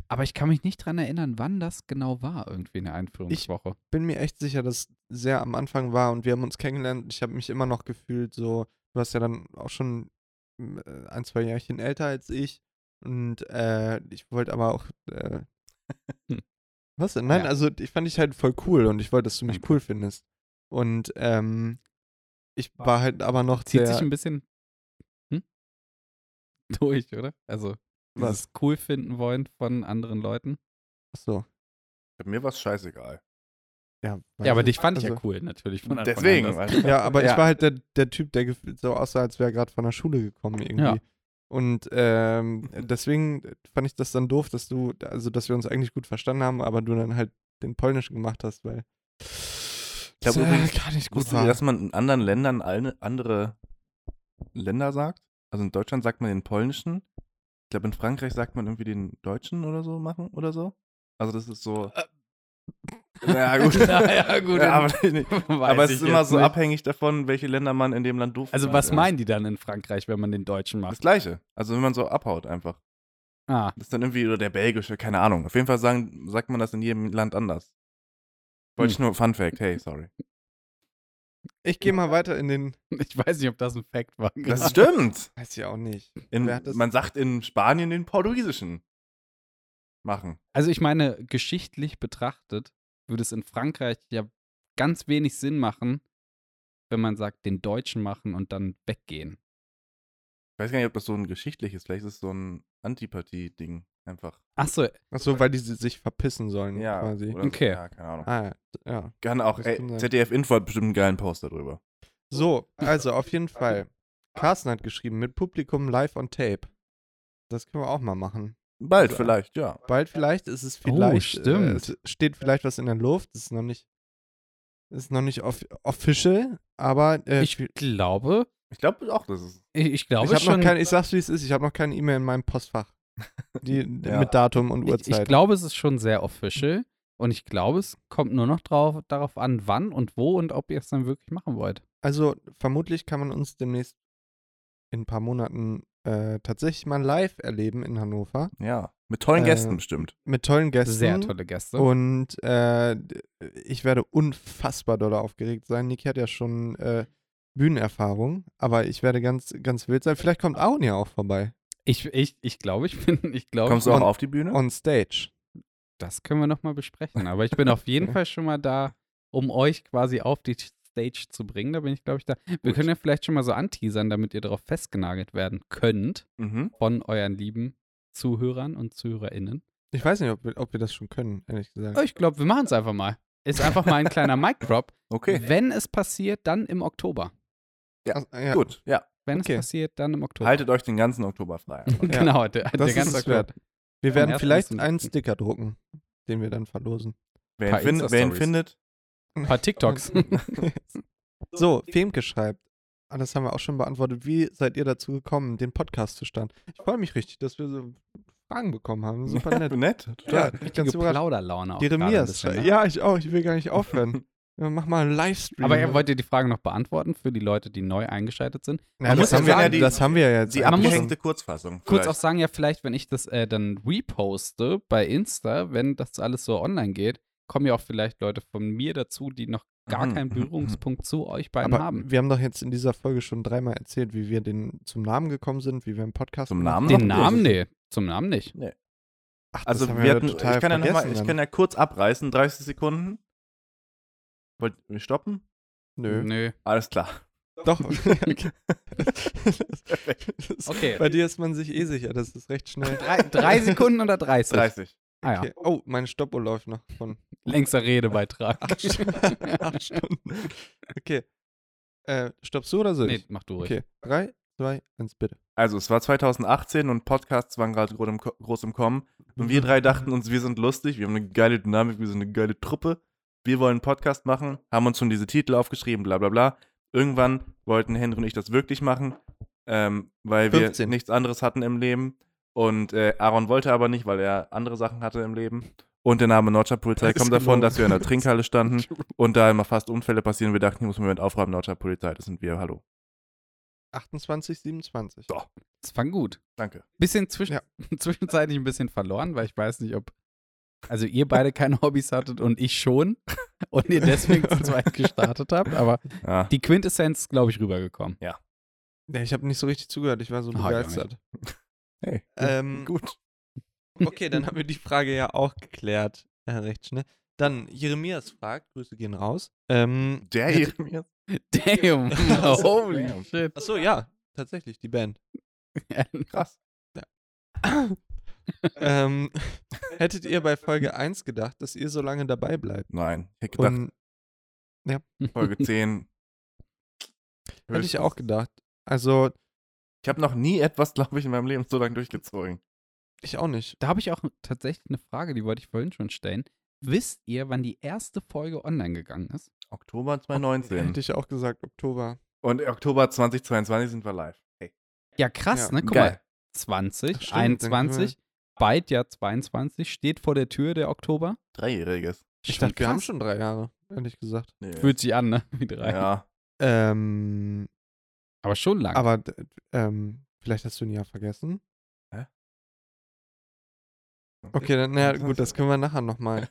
aber ich kann mich nicht dran erinnern, wann das genau war, irgendwie in der Einführungswoche. bin mir echt sicher, dass sehr am Anfang war und wir haben uns kennengelernt. Ich habe mich immer noch hm, gefühlt so, du warst ja dann auch schon mm, äh, ein, zwei Jährchen älter als ich Und äh, ich wollte aber auch. Äh, was denn? Nein, Hm. Ja. also ich fand dich halt voll cool und ich wollte, dass du mich Danke. cool findest. Und ähm, ich Wow. war halt aber noch Zieht der, sich ein bisschen hm? [LAUGHS] durch, oder? Also, Was? dieses cool finden wollen von anderen Leuten. Ach so. Mir war es scheißegal. Ja, weiß Ja, aber ich. dich fand ich ja Also- cool, natürlich. Von Anfang Deswegen. An, das- also- [LAUGHS] Ja, aber Ja. ich war halt der, der Typ, der gefühlt so aussah, als wäre er gerade von der Schule gekommen irgendwie. Ja. Und ähm, deswegen fand ich das dann doof, dass du, also dass wir uns eigentlich gut verstanden haben, aber du dann halt den Polnischen gemacht hast, weil ich glaub übrigens, gar nicht gut Wusstet ihr, war. dass man in anderen Ländern alle andere Länder sagt? Also in Deutschland sagt man den polnischen. Ich glaube, in Frankreich sagt man irgendwie den deutschen oder so machen oder so. Also das ist so. Naja, [LAUGHS] gut. Naja, Äh. gut, Ja, aber dann- [LAUGHS] nee. [LAUGHS] Weiß aber es ich ist immer jetzt so nicht. abhängig davon, welche Länder man in dem Land doof Also, findet. was meinen die dann in Frankreich, wenn man den Deutschen Das macht? gleiche. Also wenn man so abhaut einfach. Ah, [LAUGHS] Das ist dann irgendwie, oder der belgische, keine Ahnung. Auf jeden Fall sagen, sagt man das in jedem Land anders. Wollte Hm. ich nur, Fun Fact, hey, sorry. Ich gehe mal weiter in den, ich weiß nicht, ob das ein Fact war. Das stimmt. weiß ich auch nicht. In, Wer hat das- man sagt in Spanien den portugiesischen machen. Also ich meine, geschichtlich betrachtet würde es in Frankreich ja ganz wenig Sinn machen, wenn man sagt, den Deutschen machen und dann weggehen. Ich weiß gar nicht, ob das so ein geschichtliches, vielleicht ist es so ein Antipathie-Ding einfach. Achso, Ach so, weil die si- sich verpissen sollen Ja, quasi. Oder Okay. So, ja, keine Ahnung. Ah, ja. Kann auch, das ey, kann sein. ZDF-Info hat bestimmt einen geilen Post darüber. So, also auf jeden Fall. Carsten hat geschrieben, mit Publikum live on tape. Das können wir auch mal machen. Bald Also, vielleicht, ja. Bald vielleicht ist es vielleicht. Oh, stimmt. Äh, es steht vielleicht was in der Luft. Es ist noch nicht, es ist noch nicht off official, aber äh, ich glaube, Ich glaube auch, das ist. ich, ich ich glaube habe noch schon, kein, ich sag's wie es ist, ich habe noch keine E-Mail in meinem Postfach. [LAUGHS] Die, Ja. Mit Datum und ich, ich Uhrzeit. glaube, es ist schon sehr official und ich glaube, es kommt nur noch drauf, darauf an, wann und wo und ob ihr es dann wirklich machen wollt. also vermutlich kann man uns demnächst in ein paar Monaten äh, tatsächlich mal live erleben in Hannover. Ja. Mit tollen Äh, Gästen bestimmt. Mit tollen Gästen. Sehr tolle Gäste. Und äh, d- ich werde unfassbar doll aufgeregt sein. Niki hat ja schon äh, Bühnenerfahrung, aber ich werde ganz, ganz wild sein. Vielleicht kommt Auni auch vorbei. Ich, ich, ich glaube, ich bin, ich glaube, Kommst du auch und- auf die Bühne? On stage. Das können wir nochmal besprechen. Aber [LAUGHS] ich bin auf jeden Fall schon mal da, um euch quasi auf die Stage zu bringen. Da bin ich, glaube ich, da. Wir können ja vielleicht schon mal so anteasern, damit ihr darauf festgenagelt werden könnt mhm. von euren lieben Zuhörern und ZuhörerInnen. Ich weiß nicht, ob wir, ob wir das schon können, ehrlich Aber gesagt. Ich glaube, wir machen es einfach mal. Ist einfach mal [LAUGHS] ein kleiner Mic Drop. Okay. Wenn es passiert, dann im Oktober. Ja, Also, ja, Gut, ja. Wenn Okay. es passiert, dann im Oktober. [LAUGHS] Haltet euch den ganzen Oktober frei. genau, der, Das der ist ganze es Oktober. wert. Wir Am werden ersten vielleicht zum einen siebten. Sticker drucken, den wir dann verlosen. Wer Paar ihn, find, wer ihn Insta-Stories. findet, Ein paar TikToks. [LAUGHS] so, Femke schreibt. Ah, das haben wir auch schon beantwortet. Wie seid ihr dazu gekommen, den Podcast zu starten? Ich freue mich richtig, dass wir so Fragen bekommen haben. Super nett. nett. Ja, Total. ich bin [LAUGHS] Richtige ganz überrascht. Plauderlaune auch gerade ein Jeremias. bisschen, ne? Ja, ich auch. Ich will gar [LAUGHS] nicht aufhören. Ja, Mach mal einen Livestream. Aber ihr wollt ihr die Frage noch beantworten für die Leute, die neu eingeschaltet sind? ja, Man das, muss ja haben wir, sagen, ja- die- das haben wir ja jetzt. Die eigentlich schon. abgehängte Kurzfassung. kurz vielleicht. auch sagen, ja, vielleicht, wenn ich das äh, dann reposte bei Insta, wenn das alles so online geht, kommen ja auch vielleicht Leute von mir dazu, die noch gar Mhm, keinen mhm, mhm. Berührungspunkt zu euch beiden Aber haben. wir haben doch jetzt in dieser Folge schon dreimal erzählt, wie wir den, zum Namen gekommen sind, wie wir im Podcast. Zum gemacht Namen? haben. Den Namen, nee, zum Namen nicht. Ach, das Also haben wir ja hatten, ich total kann ja, noch mal, vergessen ich kann ja kurz abreißen, 30 Sekunden. Wollt ihr mich stoppen? [LAUGHS] dann. Nö. Nö. Alles klar. Doch. [LAUGHS] Okay. Bei dir ist man sich eh sicher, das ist [LAUGHS] recht schnell. Drei, drei Sekunden [LAUGHS] oder 30? 30. Ah ja, Okay. Oh, meine Stoppuhr läuft noch [LAUGHS] von längster Redebeitrag. acht Stunden. acht Stunden. Okay. Äh, stoppst du oder soll [LAUGHS] nee, ich? mach du ruhig. Okay. Drei, zwei, eins, bitte. Also es war 2018 und Podcasts waren gerade groß im, Ko- groß im Kommen. Und wir drei dachten uns, wir sind lustig, wir haben eine geile Dynamik, wir sind eine geile Truppe. Wir wollen einen Podcast machen, haben uns schon diese Titel aufgeschrieben, bla bla bla. Irgendwann wollten Henry und ich das wirklich machen, ähm, weil wir 15. nichts anderes hatten im Leben. Und äh, Aaron wollte aber nicht, weil er andere Sachen hatte im Leben. Und der Name Nordschap-Polizei Das ist kommt davon, gelogen. dass [LAUGHS] wir in der Trinkhalle standen und da immer fast Unfälle passieren. Wir dachten, hier muss man mit aufräumen, Nordschap-Polizei, das sind wir, hallo. 28, 27. So. Das fang gut. Danke. Bisschen zwischen, Ja. [LAUGHS] zwischenzeitlich ein bisschen verloren, weil ich weiß nicht, ob. Also, ihr beide keine Hobbys hattet und ich schon. Und ihr deswegen [LAUGHS] zu zweit gestartet habt. Aber Ja. die Quintessenz, glaube ich, rübergekommen. Nee, ich habe nicht so richtig zugehört, ich war so Ah, ja, begeistert. Hey, Ähm, gut. Okay, dann haben wir die Frage ja auch geklärt. Äh, recht schnell. Dann Jeremias fragt, Grüße gehen raus. Ähm, Der Jeremias. Damn. Holy Damn. shit. achso, ja, tatsächlich, die Band. Krass. [COUGHS] ähm, [LAUGHS] hättet ihr bei Folge 1 gedacht, dass ihr so lange dabei bleibt? Nein, ich hätte gedacht, Und Folge 10. hätte ich auch gedacht. Also, Ich habe noch nie etwas, glaube ich, in meinem Leben so lange durchgezogen. ich auch nicht. Da habe ich auch tatsächlich eine Frage, die wollte ich vorhin schon stellen. Wisst ihr, wann die erste Folge online gegangen ist? Oktober Hätte 2019. ich auch gesagt, Oktober. Und Oktober 2022 sind wir live. Hey. Ja, krass, Ja, ne? Guck geil. mal. 20, Ach, stimmt, dann können wir- 21, bald Jahr 22, steht vor der Tür der Oktober. Dreijähriges. Ich Schon dachte, wir haben krass. schon drei Jahre, ehrlich gesagt. Nee. Fühlt sich an, ne? Wie drei. Ja. Ähm, Aber schon lang. aber d- ähm, vielleicht hast du ein Jahr vergessen. Hä? Okay, dann, naja, gut, das können wir nachher nochmal.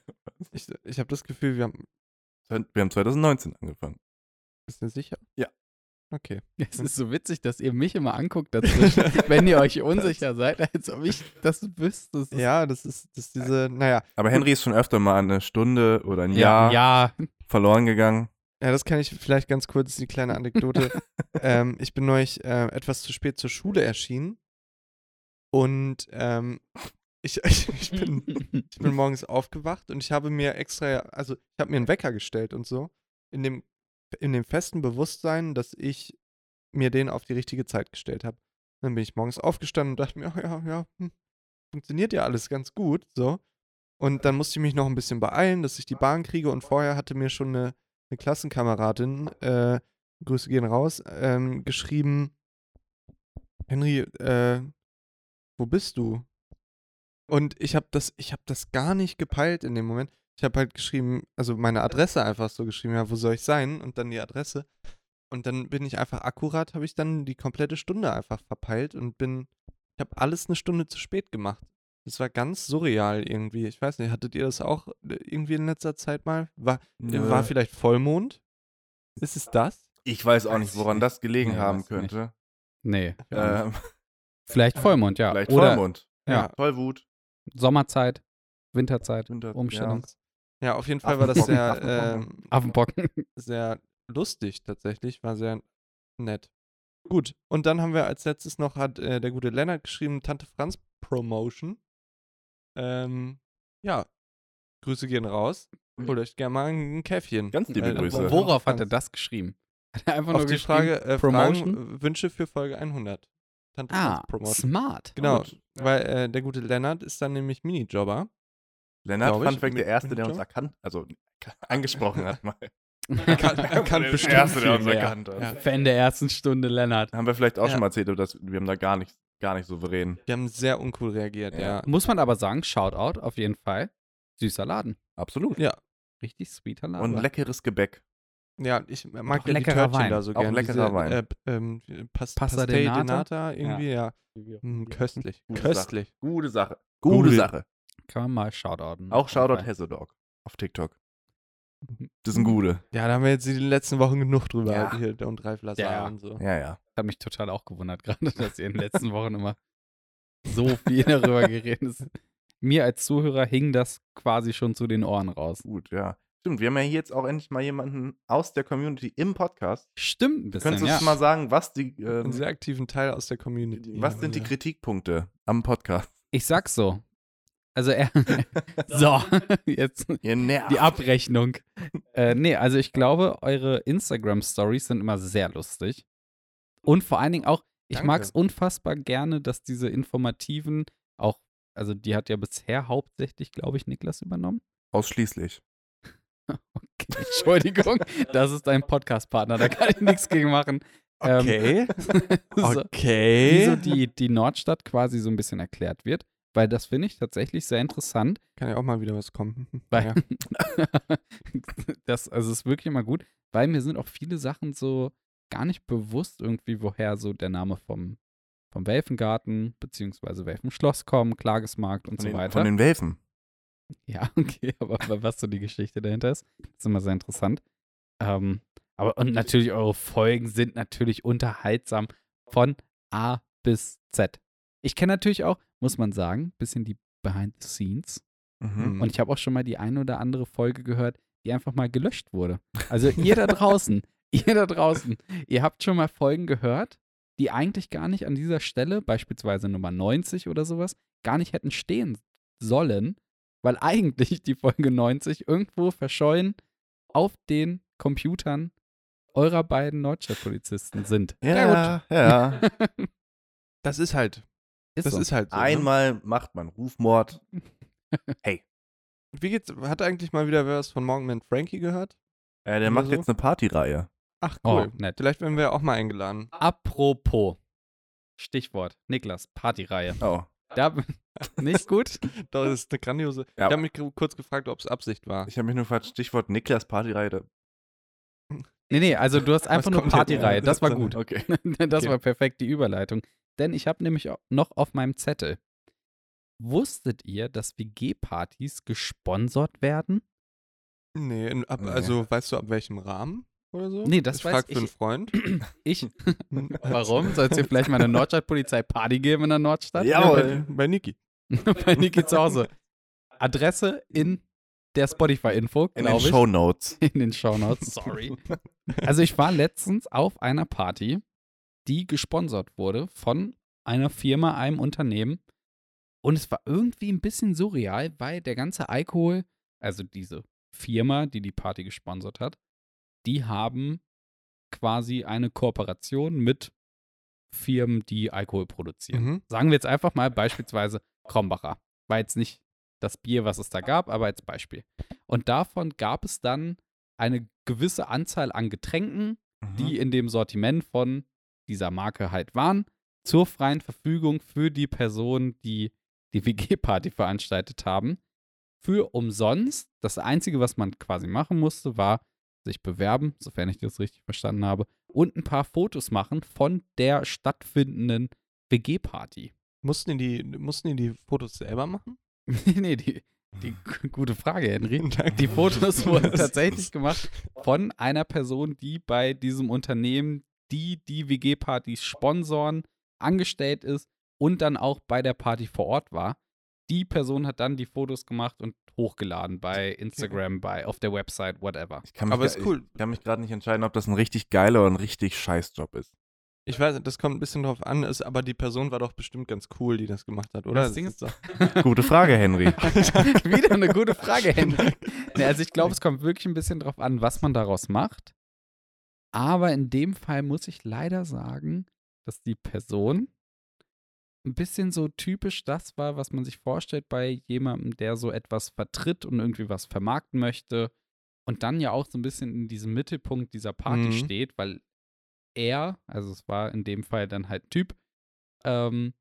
Ich, ich habe das Gefühl, wir haben. Wir haben 2019 angefangen. Bist du sicher? Ja. Okay. es ist so witzig, dass ihr mich immer anguckt dazwischen, wenn ihr euch unsicher seid, als ob ich das wüsste. Es ist- Ja, das ist, das ist diese, naja, Aber Henry ist schon öfter mal eine Stunde oder ein ja, Jahr ja. verloren gegangen. ja, das kann ich vielleicht ganz kurz, die kleine Anekdote. ähm, ich bin neulich äh, etwas zu spät zur Schule erschienen und ähm, ich, [LAUGHS] ich, ich, Hm. bin, ich bin morgens aufgewacht und ich habe mir extra, also ich habe mir einen Wecker gestellt und so, in dem, in dem festen Bewusstsein, dass ich mir den auf die richtige Zeit gestellt habe. Dann bin ich morgens aufgestanden und dachte mir, oh ja, ja, hm, funktioniert ja alles ganz gut, so. Und dann musste ich mich noch ein bisschen beeilen, dass ich die Bahn kriege und vorher hatte mir schon eine, eine Klassenkameradin, äh, Grüße gehen raus, ähm, geschrieben, Henry, äh, wo bist du? Und ich habe das, ich habe das gar nicht gepeilt in dem Moment. Ich habe halt geschrieben, also meine Adresse einfach so geschrieben, ja, wo soll ich sein? Und dann die Adresse. Und dann bin ich einfach akkurat, habe ich dann die komplette Stunde einfach verpeilt und bin, ich habe alles eine Stunde zu spät gemacht. Das war ganz surreal irgendwie. Ich weiß nicht, hattet ihr das auch äh, irgendwie in letzter Zeit mal? War, Nö. war vielleicht Vollmond? Ist es das? Äh, Ich weiß auch nicht, woran das gelegen Nee, haben weiß nicht. könnte. Nee. Ähm, Vielleicht Vollmond, ja. vielleicht Oder Vollmond. Ja. Vollwut. Sommerzeit, Winterzeit, Winter- Umstellung. Ja, auf jeden Fall war das Affenpocken, sehr, Affenpocken. ähm, Affenpocken. sehr lustig tatsächlich, war sehr nett. Gut, und dann haben wir als letztes noch, hat äh, der gute Lennart geschrieben, Tante Franz Promotion. Ähm, ja, Grüße gehen raus. Holt euch gerne mal ein Käffchen. Ganz liebe Äh, Grüße. wo- Worauf hat er das geschrieben? [LAUGHS] Hat er einfach Auf nur die geschrieben, Frage, äh, Promotion? Fragen, äh, Wünsche für Folge 100. Tante Ah, Franz Promotion. smart. Genau, Gut. weil äh, der gute Lennart ist dann nämlich Minijobber. Lennart Glaub ich, Fun Fact, der mit- Erste, mit der uns Job? erkannt, also [LAUGHS] angesprochen hat mal. Kann, kann Der bestimmt Erste, der viel uns mehr. erkannt hat. Ja. [LAUGHS] Fan der ersten Stunde Lennart. Haben wir vielleicht auch Ja. schon mal erzählt, aber das, wir haben da gar nicht, gar nicht souverän. Wir haben sehr uncool reagiert, ja. Ja. Muss man aber sagen, Shoutout auf jeden Fall. Süßer Laden. Absolut. Ja, Richtig sweeter Laden. Und leckeres Gebäck. ja, ich mag auch ja die leckerer Törtchen Wein. da so Auch gerne. leckerer Diese, Wein. Äh, p- ähm, Pas Pasta Passadenata? Denata irgendwie, ja. Mm, köstlich. Gute köstlich. Gute Sache. Gute. Gute Sache. Kann man mal Shoutouten. Auch Shoutout Hessedog auf TikTok. Das ist ein Gute. Ja, da haben wir jetzt die letzten Wochen genug drüber Ja. hier und Ralf Lazar Ja. und so. Ja, ja. Hat mich total auch gewundert gerade, [LAUGHS] dass ihr in den letzten [LAUGHS] Wochen immer so viel darüber geredet habt. Mir als Zuhörer hing das quasi schon zu den Ohren raus. Gut, ja. Stimmt, wir haben ja hier jetzt auch endlich mal jemanden aus der Community im Podcast. Stimmt ein bisschen, Könntest du ja. uns mal sagen, was die, ähm, Einen sehr aktiven Teil aus der Community. was sind die Ja. Kritikpunkte am Podcast? Ich sag's so. Also [LAUGHS] er So, jetzt Ihr nervt. Ah. die Abrechnung. Äh, nee, also ich glaube, eure Instagram-Stories sind immer sehr lustig. Und vor allen Dingen auch, ich Danke. mag es unfassbar gerne, dass diese informativen, auch, also die hat ja bisher hauptsächlich, glaube ich, Niklas übernommen. [LAUGHS] Ausschließlich. Okay, Entschuldigung, das ist dein Podcast-Partner, da kann ich nichts [LAUGHS] gegen machen. Okay. Ähm, [LAUGHS] so, wie so okay. die, die Nordstadt quasi so ein bisschen erklärt wird, weil das finde ich tatsächlich sehr interessant. Kann ja auch mal wieder was kommen. [LAUGHS] Weil- Ja. [LAUGHS] das, also es ist wirklich immer gut, weil mir sind auch viele Sachen so gar nicht bewusst irgendwie, woher so der Name vom, vom Welfengarten beziehungsweise Welfenschloss kommt, Klagesmarkt und Von, so den, weiter. von den Welfen. Ja, [LAUGHS] okay, aber wa- was so die Geschichte dahinter ist, ist immer sehr interessant. Ähm, aber und natürlich, eure Folgen sind natürlich unterhaltsam von A bis Z. Ich kenne natürlich auch, muss man sagen, bisschen die Behind the Scenes. Mhm. Und ich habe auch schon mal die ein oder andere Folge gehört, die einfach mal gelöscht wurde. Also ihr da draußen, [LAUGHS] ihr da draußen, ihr habt schon mal Folgen gehört, die eigentlich gar nicht an dieser Stelle, beispielsweise Nummer 90 oder sowas, gar nicht hätten stehen sollen, weil eigentlich die Folge 90 irgendwo verschollen auf den Computern eurer beiden Nordstadtpolizisten sind. Ja, ja. Das ist halt. Ist das so. ist halt so. ne? Einmal macht man Rufmord. Wie geht's? Hat eigentlich mal wieder wer was von Morgenman Frankie gehört? Äh, der Oder macht so. jetzt eine Partyreihe. Ach Oh, cool. nett. Vielleicht werden wir auch mal eingeladen. [LAUGHS] Apropos. Stichwort, Niklas, Partyreihe. Oh. Da, [LAUGHS] nicht gut? Das ist eine grandiose. Ja. Ich habe mich gr- kurz gefragt, ob es Absicht war. Ich habe mich nur gefragt, Stichwort Niklas Partyreihe. da- Nee, nee, also du hast einfach nur kommt jetzt? Partyreihe. Das war gut. Okay. [LAUGHS] das Okay. war perfekt die Überleitung. Denn ich habe nämlich au- noch auf meinem Zettel. Wusstet ihr, dass WG-Partys gesponsert werden? Nee, in, ab, Nee. also weißt du, ab welchem Rahmen oder so? Nee, das ich weiß frag ich- für einen [LAUGHS] Freund. [LAUGHS] Hm. Ich. Warum? Soll es hier vielleicht mal eine Nordstadtpolizei Party geben in der Nordstadt? Ja. [LAUGHS] bei, Jawohl. bei Niki. [LAUGHS] Bei Niki zu Hause. Adresse in der Spotify-Info, In den glaube ich. Show Notes. in [LAUGHS] den Shownotes, sorry. Also ich war letztens auf einer Party, die gesponsert wurde von einer Firma, einem Unternehmen. Und es war irgendwie ein bisschen surreal, weil der ganze Alkohol, also diese Firma, die die Party gesponsert hat, die haben quasi eine Kooperation mit Firmen, die Alkohol produzieren. [LAUGHS] Mhm. Sagen wir jetzt einfach mal beispielsweise Krombacher. War jetzt nicht das Bier, was es da gab, aber als Beispiel. Und davon gab es dann eine gewisse Anzahl an Getränken, Mhm. die in dem Sortiment von dieser Marke halt waren, zur freien Verfügung für die Personen, die die WG-Party veranstaltet haben. Für umsonst. Das Einzige, was man quasi machen musste, war sich bewerben, sofern ich das richtig verstanden habe, und ein paar Fotos machen von der stattfindenden WG-Party. Mussten die, die, mussten die die Fotos selber machen? [LAUGHS] Nee, [LAUGHS] nee, die, die g- gute Frage, Henry. Danke. [LAUGHS] Die Fotos wurden tatsächlich gemacht von einer Person, die bei diesem Unternehmen, die die WG-Partys sponsoren, angestellt ist und dann auch bei der Party vor Ort war. Die Person hat dann die Fotos gemacht und hochgeladen bei Instagram, bei auf der [LAUGHS] Website, whatever. [LAUGHS] Ich kann mich Aber gar- ist cool. Ich kann mich gerade nicht entscheiden, ob das ein richtig geiler oder ein richtig scheiß Job ist. Ich weiß, das kommt ein bisschen drauf an, ist, aber die Person war doch bestimmt ganz cool, die das gemacht hat, oder? Das Ding ist- doch. [LAUGHS] Gute Frage, [LAUGHS] Henry. Wieder eine gute Frage, Henry. Nee, also ich glaube, es kommt wirklich ein bisschen drauf an, was man daraus macht. Aber in dem Fall muss ich leider sagen, dass die Person ein bisschen so typisch das war, was man sich vorstellt bei jemandem, der so etwas vertritt und irgendwie was vermarkten möchte und dann ja auch so ein bisschen in diesem Mittelpunkt dieser Party Mhm. steht, weil er, also es war in dem Fall dann halt ein Typ, ähm,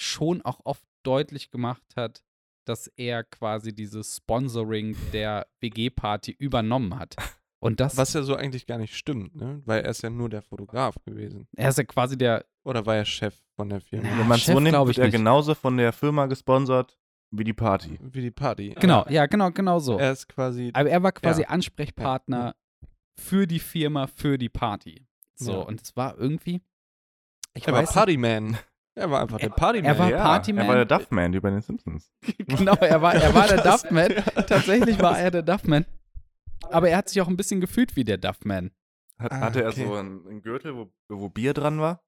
schon auch oft deutlich gemacht hat, dass er quasi dieses Sponsoring der WG-Party übernommen hat. Und das, Was ja so eigentlich gar nicht stimmt, ne? Weil er ist ja nur der Fotograf gewesen. er ist ja quasi der, Oder war er Chef von der Firma? Na, Wenn man es Chef so nimmt, glaub wird ich er nicht. genauso von der Firma gesponsert wie die Party. Wie die Party. genau, ja, genau, genau so. Er ist quasi. Aber er war quasi Ja. Ansprechpartner für die Firma, für die Party. So, Ja. und es war irgendwie. Ich er war weiß Partyman. Er war einfach der Partyman. er war ja, Partyman. Er war der Duffman, wie bei den Simpsons. nicht, [LAUGHS] genau, er war, er war der [LAUGHS] Das- Duffman. Tatsächlich war er der Duffman. Aber er hat sich auch ein bisschen gefühlt wie der Duffman. Hat, Ah, hatte er okay. so einen, einen Gürtel, wo, wo Bier dran war?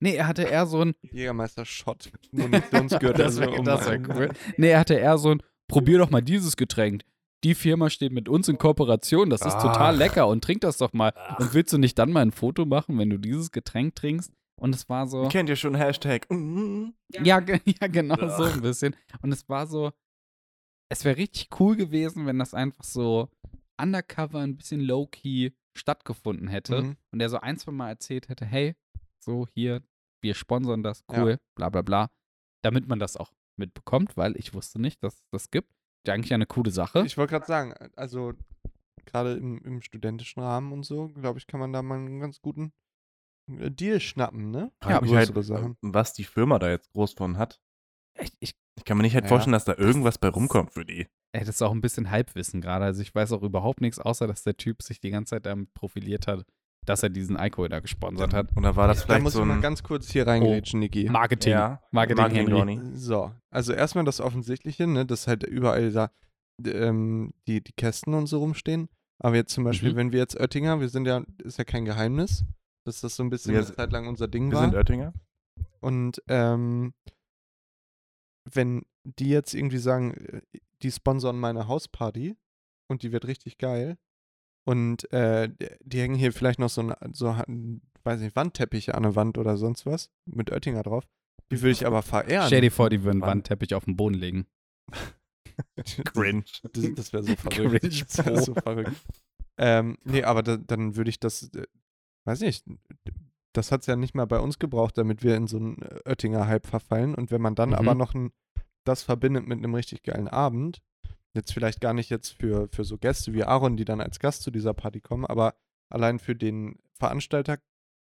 Nee, er hatte eher so ein. Jägermeister Schott. Munitionsgürtel. [LAUGHS] Das wär- das wär cool. Nee, er hatte eher so ein. Probier doch mal dieses Getränk. Die Firma steht mit uns in Kooperation. Das ist total Ach. lecker und trink das doch mal. Und willst du nicht dann mal ein Foto machen, wenn du dieses Getränk trinkst? Und es war so. Kennt ihr schon Hashtag? Mhm. Ja, ge- [LAUGHS] ja genau so ein bisschen. Und es war so, es wäre richtig cool gewesen, wenn das einfach so undercover, ein bisschen low-key stattgefunden hätte. Mhm. Und er so ein, zwei Mal erzählt hätte, hey, so hier, wir sponsern das, Ja. cool, bla bla bla. Damit man das auch mitbekommt, weil ich wusste nicht, dass es das gibt. Ist ja eigentlich eine coole Sache. Ich wollte gerade sagen, also gerade im, im studentischen Rahmen und so, glaube ich, kann man da mal einen ganz guten äh, Deal schnappen, ne? Frag mich größere halt, Sachen. was die Firma da jetzt groß von hat. Ich, ich, Ich kann mir nicht halt Ja. vorstellen, dass da irgendwas bei rumkommt für die. ey, das ist auch ein bisschen Halbwissen gerade. Also ich weiß auch überhaupt nichts, außer dass der Typ sich die ganze Zeit damit profiliert hat, dass er diesen Alkohol da gesponsert hat. Und da war das Da vielleicht muss so ich mal ein Oh, ganz kurz hier reingrätschen, Niki. Marketing. ja, Marketing, Henry. Ronny. So, also erstmal das Offensichtliche, ne, dass halt überall da d- ähm, die, die Kästen und so rumstehen. Aber jetzt zum Beispiel, Mhm. wenn wir jetzt Oettinger, wir sind ja, ist ja kein Geheimnis, dass das so ein bisschen Wir eine sind- Zeit lang unser Ding Wir war. sind Oettinger. Und ähm, wenn die jetzt irgendwie sagen, äh, die sponsern meine Hausparty und die wird richtig geil und äh, d- die hängen hier vielleicht noch so, ein, so ha- weiß nicht, Wandteppiche an der Wand oder sonst was mit Oettinger drauf, die würde ich aber verehren. [LAUGHS] Stell dir vor, die würden Mann. Wandteppich auf den Boden legen. Cringe. Das, das [LAUGHS] wäre so verrückt. Cringe Das wär Pro. so verrückt. Ähm, nee, aber da, dann würde ich das, äh, weiß nicht, das hat es ja nicht mal bei uns gebraucht, damit wir in so einen äh, Oettinger-Hype verfallen. Und wenn man dann Mhm. aber noch ein, das verbindet mit einem richtig geilen Abend, jetzt vielleicht gar nicht jetzt für, für so Gäste wie Aaron, die dann als Gast zu dieser Party kommen, aber allein für den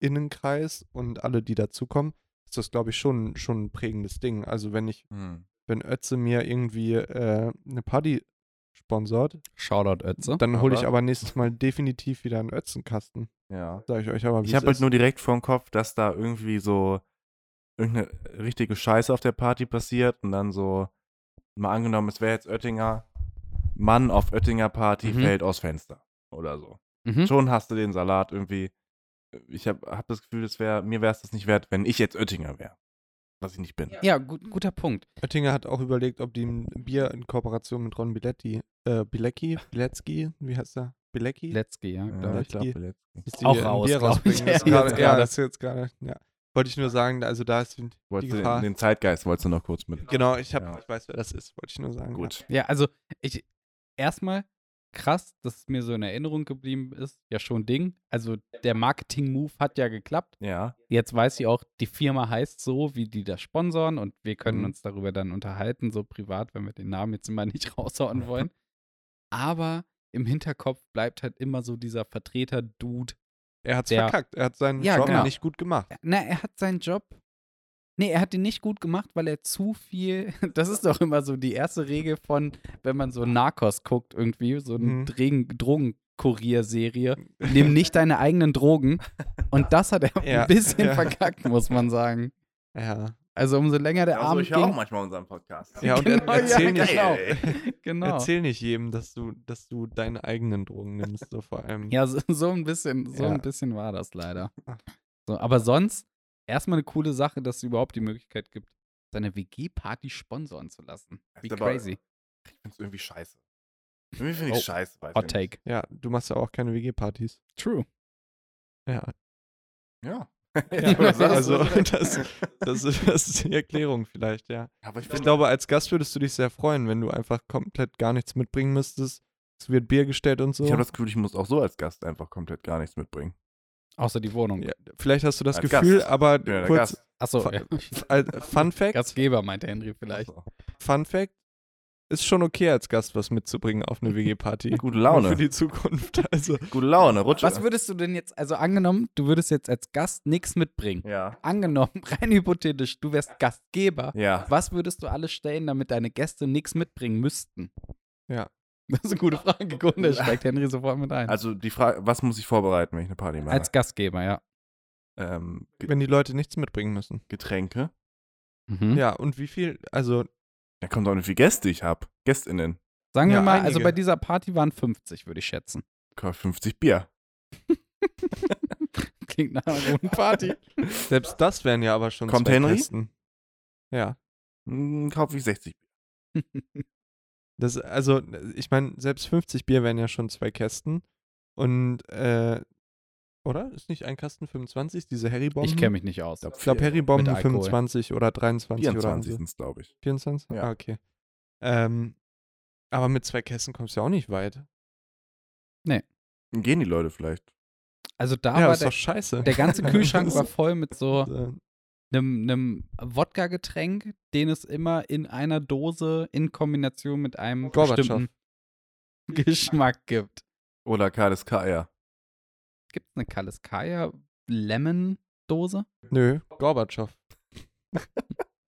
VeranstalterInnenkreis und alle, die dazukommen, ist das, glaube ich, schon, schon ein prägendes Ding. Also wenn ich Hm. wenn Ötze mir irgendwie äh, eine Party sponsort, Shoutout Ötze. dann hole ich aber- aber nächstes Mal definitiv wieder einen Ötzenkasten. Ja. Sag ich euch aber, wie Ich es habe halt ist. nur direkt vor dem Kopf, dass da irgendwie so irgendeine richtige Scheiße auf der Party passiert und dann so, mal angenommen, es wäre jetzt Oettinger, Mann auf Oettinger Party Mhm. fällt aus Fenster oder so. Mhm. Schon hast du den Salat irgendwie. Ich habe hab das Gefühl, das wär, mir wäre es das nicht wert, wenn ich jetzt Oettinger wäre. Was ich nicht bin. Ja, gut, guter Punkt. Oettinger hat auch überlegt, ob die ein Bier in Kooperation mit Ron Biletti, äh, Bilecki, Bilecki, wie heißt er? Bilecki? Let's go, ja. glaub Ja, ich. ich glaub, Letzki. Letzki. Dass die Auch ein raus, Bier glaub ich. rausbringen. Ist [LAUGHS] Ja, gerade- jetzt Ja, gerade. das ist jetzt gerade, ja. Wollte ich nur sagen, also da ist die Wolltest du Gefahr. den, den Zeitgeist wolltest du noch kurz mit. genau, ich, hab, Ja. ich weiß, wer das ist, wollte ich nur sagen. Gut. Ja, also ich erstmal krass, dass es mir so in Erinnerung geblieben ist. Ja, schon Ding. Also der Marketing-Move hat ja geklappt. Ja. Jetzt weiß ich auch, die Firma heißt so, wie die das sponsoren und wir können Mhm. uns darüber dann unterhalten, so privat, wenn wir den Namen jetzt immer [LAUGHS] nicht raushauen wollen. Aber im Hinterkopf bleibt halt immer so dieser Vertreter-Dude. Ja. Er hat's Der- verkackt, er hat seinen Ja, Job genau. nicht gut gemacht. Na, er hat seinen Job. Nee, er hat ihn nicht gut gemacht, weil er zu viel. [LAUGHS] Das ist doch immer so die erste Regel von, wenn man so Narcos guckt, irgendwie, so eine Mhm. Drogen- Drogenkurierserie. Nimm nicht deine eigenen Drogen. Und das hat er Ja, ein bisschen ja. verkackt, muss man sagen. Ja. Also umso länger der Abend ging. [LAUGHS] manchmal unseren Podcast. [LAUGHS] Ja, und Genau, er, erzähl ja, nicht, genau. Genau. Erzähl nicht jedem, dass du, dass du deine eigenen Drogen nimmst, so vor allem. Ja, so, so ein bisschen, so Ja. ein bisschen war das leider. So, aber sonst erstmal eine coole Sache, dass es überhaupt die Möglichkeit gibt, seine WG-Party sponsoren zu lassen. Wie Ist aber- crazy. Ich find's irgendwie scheiße. Irgendwie finde ich Oh, scheiße. weiß Hot ich Take. Ja, du machst ja auch keine WG-Partys. True. Ja, nicht. [LAUGHS] Ja. Ja, aber sag also, das so direkt. das- [LAUGHS] das ist, das ist die Erklärung vielleicht, ja. aber ich, Ich glaube, glaube, als Gast würdest du dich sehr freuen, wenn du einfach komplett gar nichts mitbringen müsstest. Es wird Bier gestellt und so. ich habe das Gefühl, ich muss auch so als Gast einfach komplett gar nichts mitbringen. Außer die Wohnung. ja, vielleicht hast du das Als Gefühl, Gast. aber Ich bin ja der kurz, Gast. Achso, Fa- ja. äh, [LAUGHS] Fun Fact, Gastgeber, meinte Henry vielleicht. Also, Fun Fact, ist schon okay als Gast was mitzubringen auf eine WG-Party. [LAUGHS] Gute Für [LAUGHS] Laune. die Zukunft, also. Gute Laune. Rutsche. Was würdest du denn jetzt, also angenommen, du würdest jetzt als Gast nichts mitbringen. ja. Angenommen, [LAUGHS] rein hypothetisch, du wärst Gastgeber. Ja. Was würdest du alles stellen, damit deine Gäste nichts mitbringen müssten? Ja. Das ist eine gute Frage, Gunde. Steigt Henry sofort mit ein. Also die Frage, was muss ich vorbereiten, wenn ich eine Party mache? Als Gastgeber, ja. ähm, Ge- Wenn die Leute nichts mitbringen müssen. Getränke. Hm? Mhm. Ja, und wie viel, also, Da kommt auch nicht viel Gäste ich habe. GästInnen. Sagen wir Ja, mal, also einige. bei dieser Party waren 50, würde ich schätzen. [LAUGHS] Kauf 50 Bier. Klingt nach einer guten Party. selbst das wären ja aber schon Kommt zwei Henry? Kästen. Ja. Hm, Kauf ich 60 Bier. Das, also, ich meine, selbst 50 Bier wären ja schon zwei Kästen. Und, äh, oder? Ist nicht ein Kasten 25, diese Harry-Bomben? Ich kenne mich nicht aus. Ich glaube, Harry-Bomben Mit Alkohol. 25 oder 23 24 oder so. sind es, glaube ich. 24? Ja. Ah, okay. Ähm, aber mit zwei Kästen kommst du ja auch nicht weit. Gehen die Leute vielleicht. Also da ja, war ist der, doch scheiße. [LAUGHS] der ganze Kühlschrank war voll mit so Also, einem, einem Wodka-Getränk, den es immer in einer Dose in Kombination mit einem Gorbatschow. bestimmten Geschmack gibt. Oder KSK, ja. Gibt es eine Kaliskaya Lemon Dose? [LAUGHS] Nö, Gorbatschow.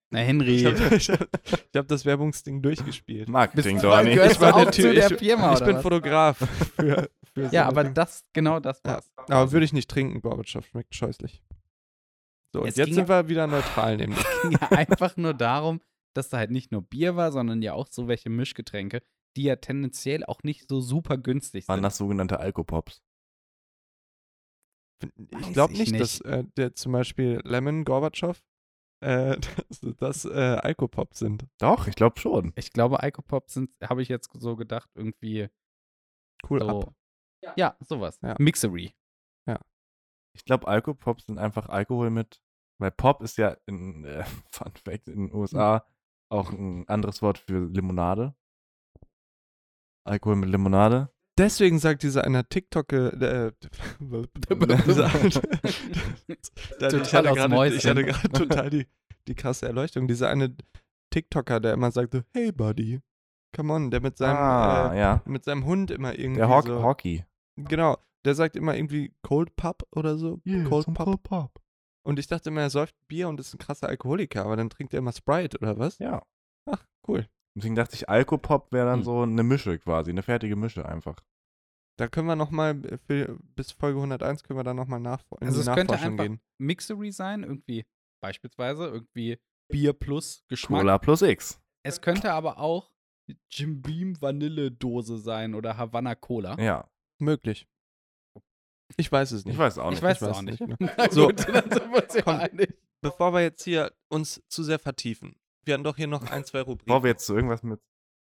Na, Henry. Ich habe hab das Werbungsding durchgespielt. Marketing, du- Donny. gehörst Ich war du auch der Tür- zu der ich- Firma, ich oder bin was? [LAUGHS] Fotograf. Für, für Ja, so aber eine- das, genau das war's. aber würde ich nicht trinken, Gorbatschow. Schmeckt scheußlich. So, und Es jetzt ging sind wir wieder neutral nämlich. ging [LAUGHS] ja einfach nur darum, dass da halt nicht nur Bier war, sondern ja auch so welche Mischgetränke, die ja tendenziell auch nicht so super [LAUGHS] günstig Waren sind. das sogenannte Alkopops? Ich Weiß glaube ich nicht, nicht. dass äh, der zum Beispiel Lemon Gorbatschow, äh, [LAUGHS] dass das äh, Alkopop sind. Doch, ich glaube schon. Ich glaube, Alkopop sind, habe ich jetzt so gedacht, irgendwie Cool so. ab. Ja, sowas. Ja. [LAUGHS] Mixery. [LAUGHS] Ich glaube, Alkopops sind einfach Alkohol mit, weil Pop ist ja in äh, [LAUGHS] Fun Fact in den USA auch ein anderes Wort für Limonade. Alkohol mit Limonade. Deswegen sagt dieser einer TikTok, äh, [LAUGHS] dieser- [LAUGHS] Da- ich Total hatte aus gerade Mäusen. ich hatte gerade total die, die krasse Erleuchtung. Dieser eine TikToker, der immer sagte, hey Buddy, come on, der mit seinem, ah, äh, ja. mit seinem Hund immer irgendwie Der Hawk, so, Hockey. genau, der sagt immer irgendwie Cold Pub oder so, Cold Pub. Und ich dachte immer, er säuft Bier und ist ein krasser Alkoholiker, aber dann trinkt er immer Sprite oder was? Ja. Ach, cool. Deswegen dachte ich, Alkopop wäre dann Hm. so eine Mische quasi, eine fertige Mische einfach. Da können wir nochmal, bis Folge 101 können wir da nochmal nachfor in Also die es könnte Nachforschung einfach gehen. [LAUGHS] Mixery sein, irgendwie beispielsweise irgendwie Bier plus Geschmack. Cola plus X. Es könnte aber auch Jim Beam Vanilledose sein oder Havana [LAUGHS] Cola. Ja. Möglich. Ich weiß es nicht. Ich weiß auch nicht. Ich weiß es ich auch weiß nicht. [LAUGHS] nicht, Na So. gut, dann Also sind wir uns ja Komm. einig. Bevor wir jetzt hier uns zu sehr vertiefen, wir haben doch hier noch ein, zwei Rubriken. Bevor wir jetzt zu irgendwas mit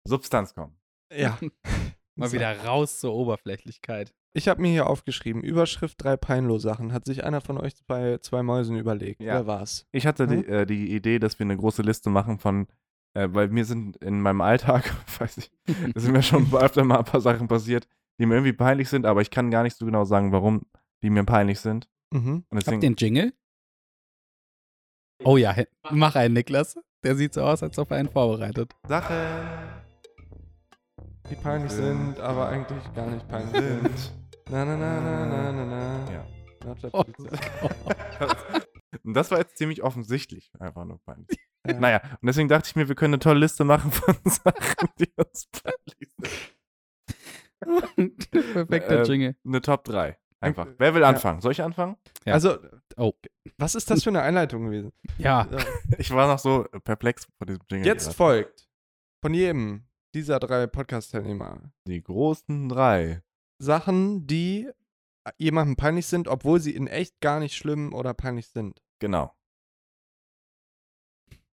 Substanz kommen. ja. [LAUGHS] [LAUGHS] Mal So. wieder raus zur Oberflächlichkeit. Ich habe mir hier aufgeschrieben, Überschrift drei Peinlo-Sachen. Hat sich einer von euch bei zwei Mäusen überlegt? Ja. Wer war's? Ich hatte die, äh, die Idee, dass wir eine große Liste machen von, äh, weil mir sind in meinem Alltag, [LAUGHS] weiß ich, da [LAUGHS] sind mir schon öfter mal ein paar Sachen passiert, die mir irgendwie peinlich sind, aber ich kann gar nicht so genau sagen, warum die mir peinlich sind. Mhm. Und Habt deswegen, ihr einen Jingle? Oh ja, he- mach einen, Niklas. Der sieht so aus, als ob er einen vorbereitet. [LAUGHS] Sachen Die Äh. peinlich sind, aber eigentlich gar nicht peinlich sind. sind. Na, na, na, na, na, na, na. Äh. [LAUGHS] ja. Lauter Oh, Polizei. Und das war jetzt ziemlich offensichtlich einfach nur peinlich. Ja. Naja, und deswegen dachte ich mir, wir können eine tolle Liste machen von [LAUGHS] Sachen, die [LAUGHS] uns peinlich sind. [LAUGHS] Perfekter Ähm, Jingle. Eine Top 3. Einfach. Wer will anfangen? Soll ich anfangen? Ja. Also, Oh. was ist das für eine Einleitung gewesen? Ja, So. Ich war noch so perplex vor diesem Jingle. Jetzt folgt von jedem dieser drei Podcast-Teilnehmer Die großen drei. Sachen, die jemandem peinlich sind, obwohl sie in echt gar nicht schlimm oder peinlich sind. Genau.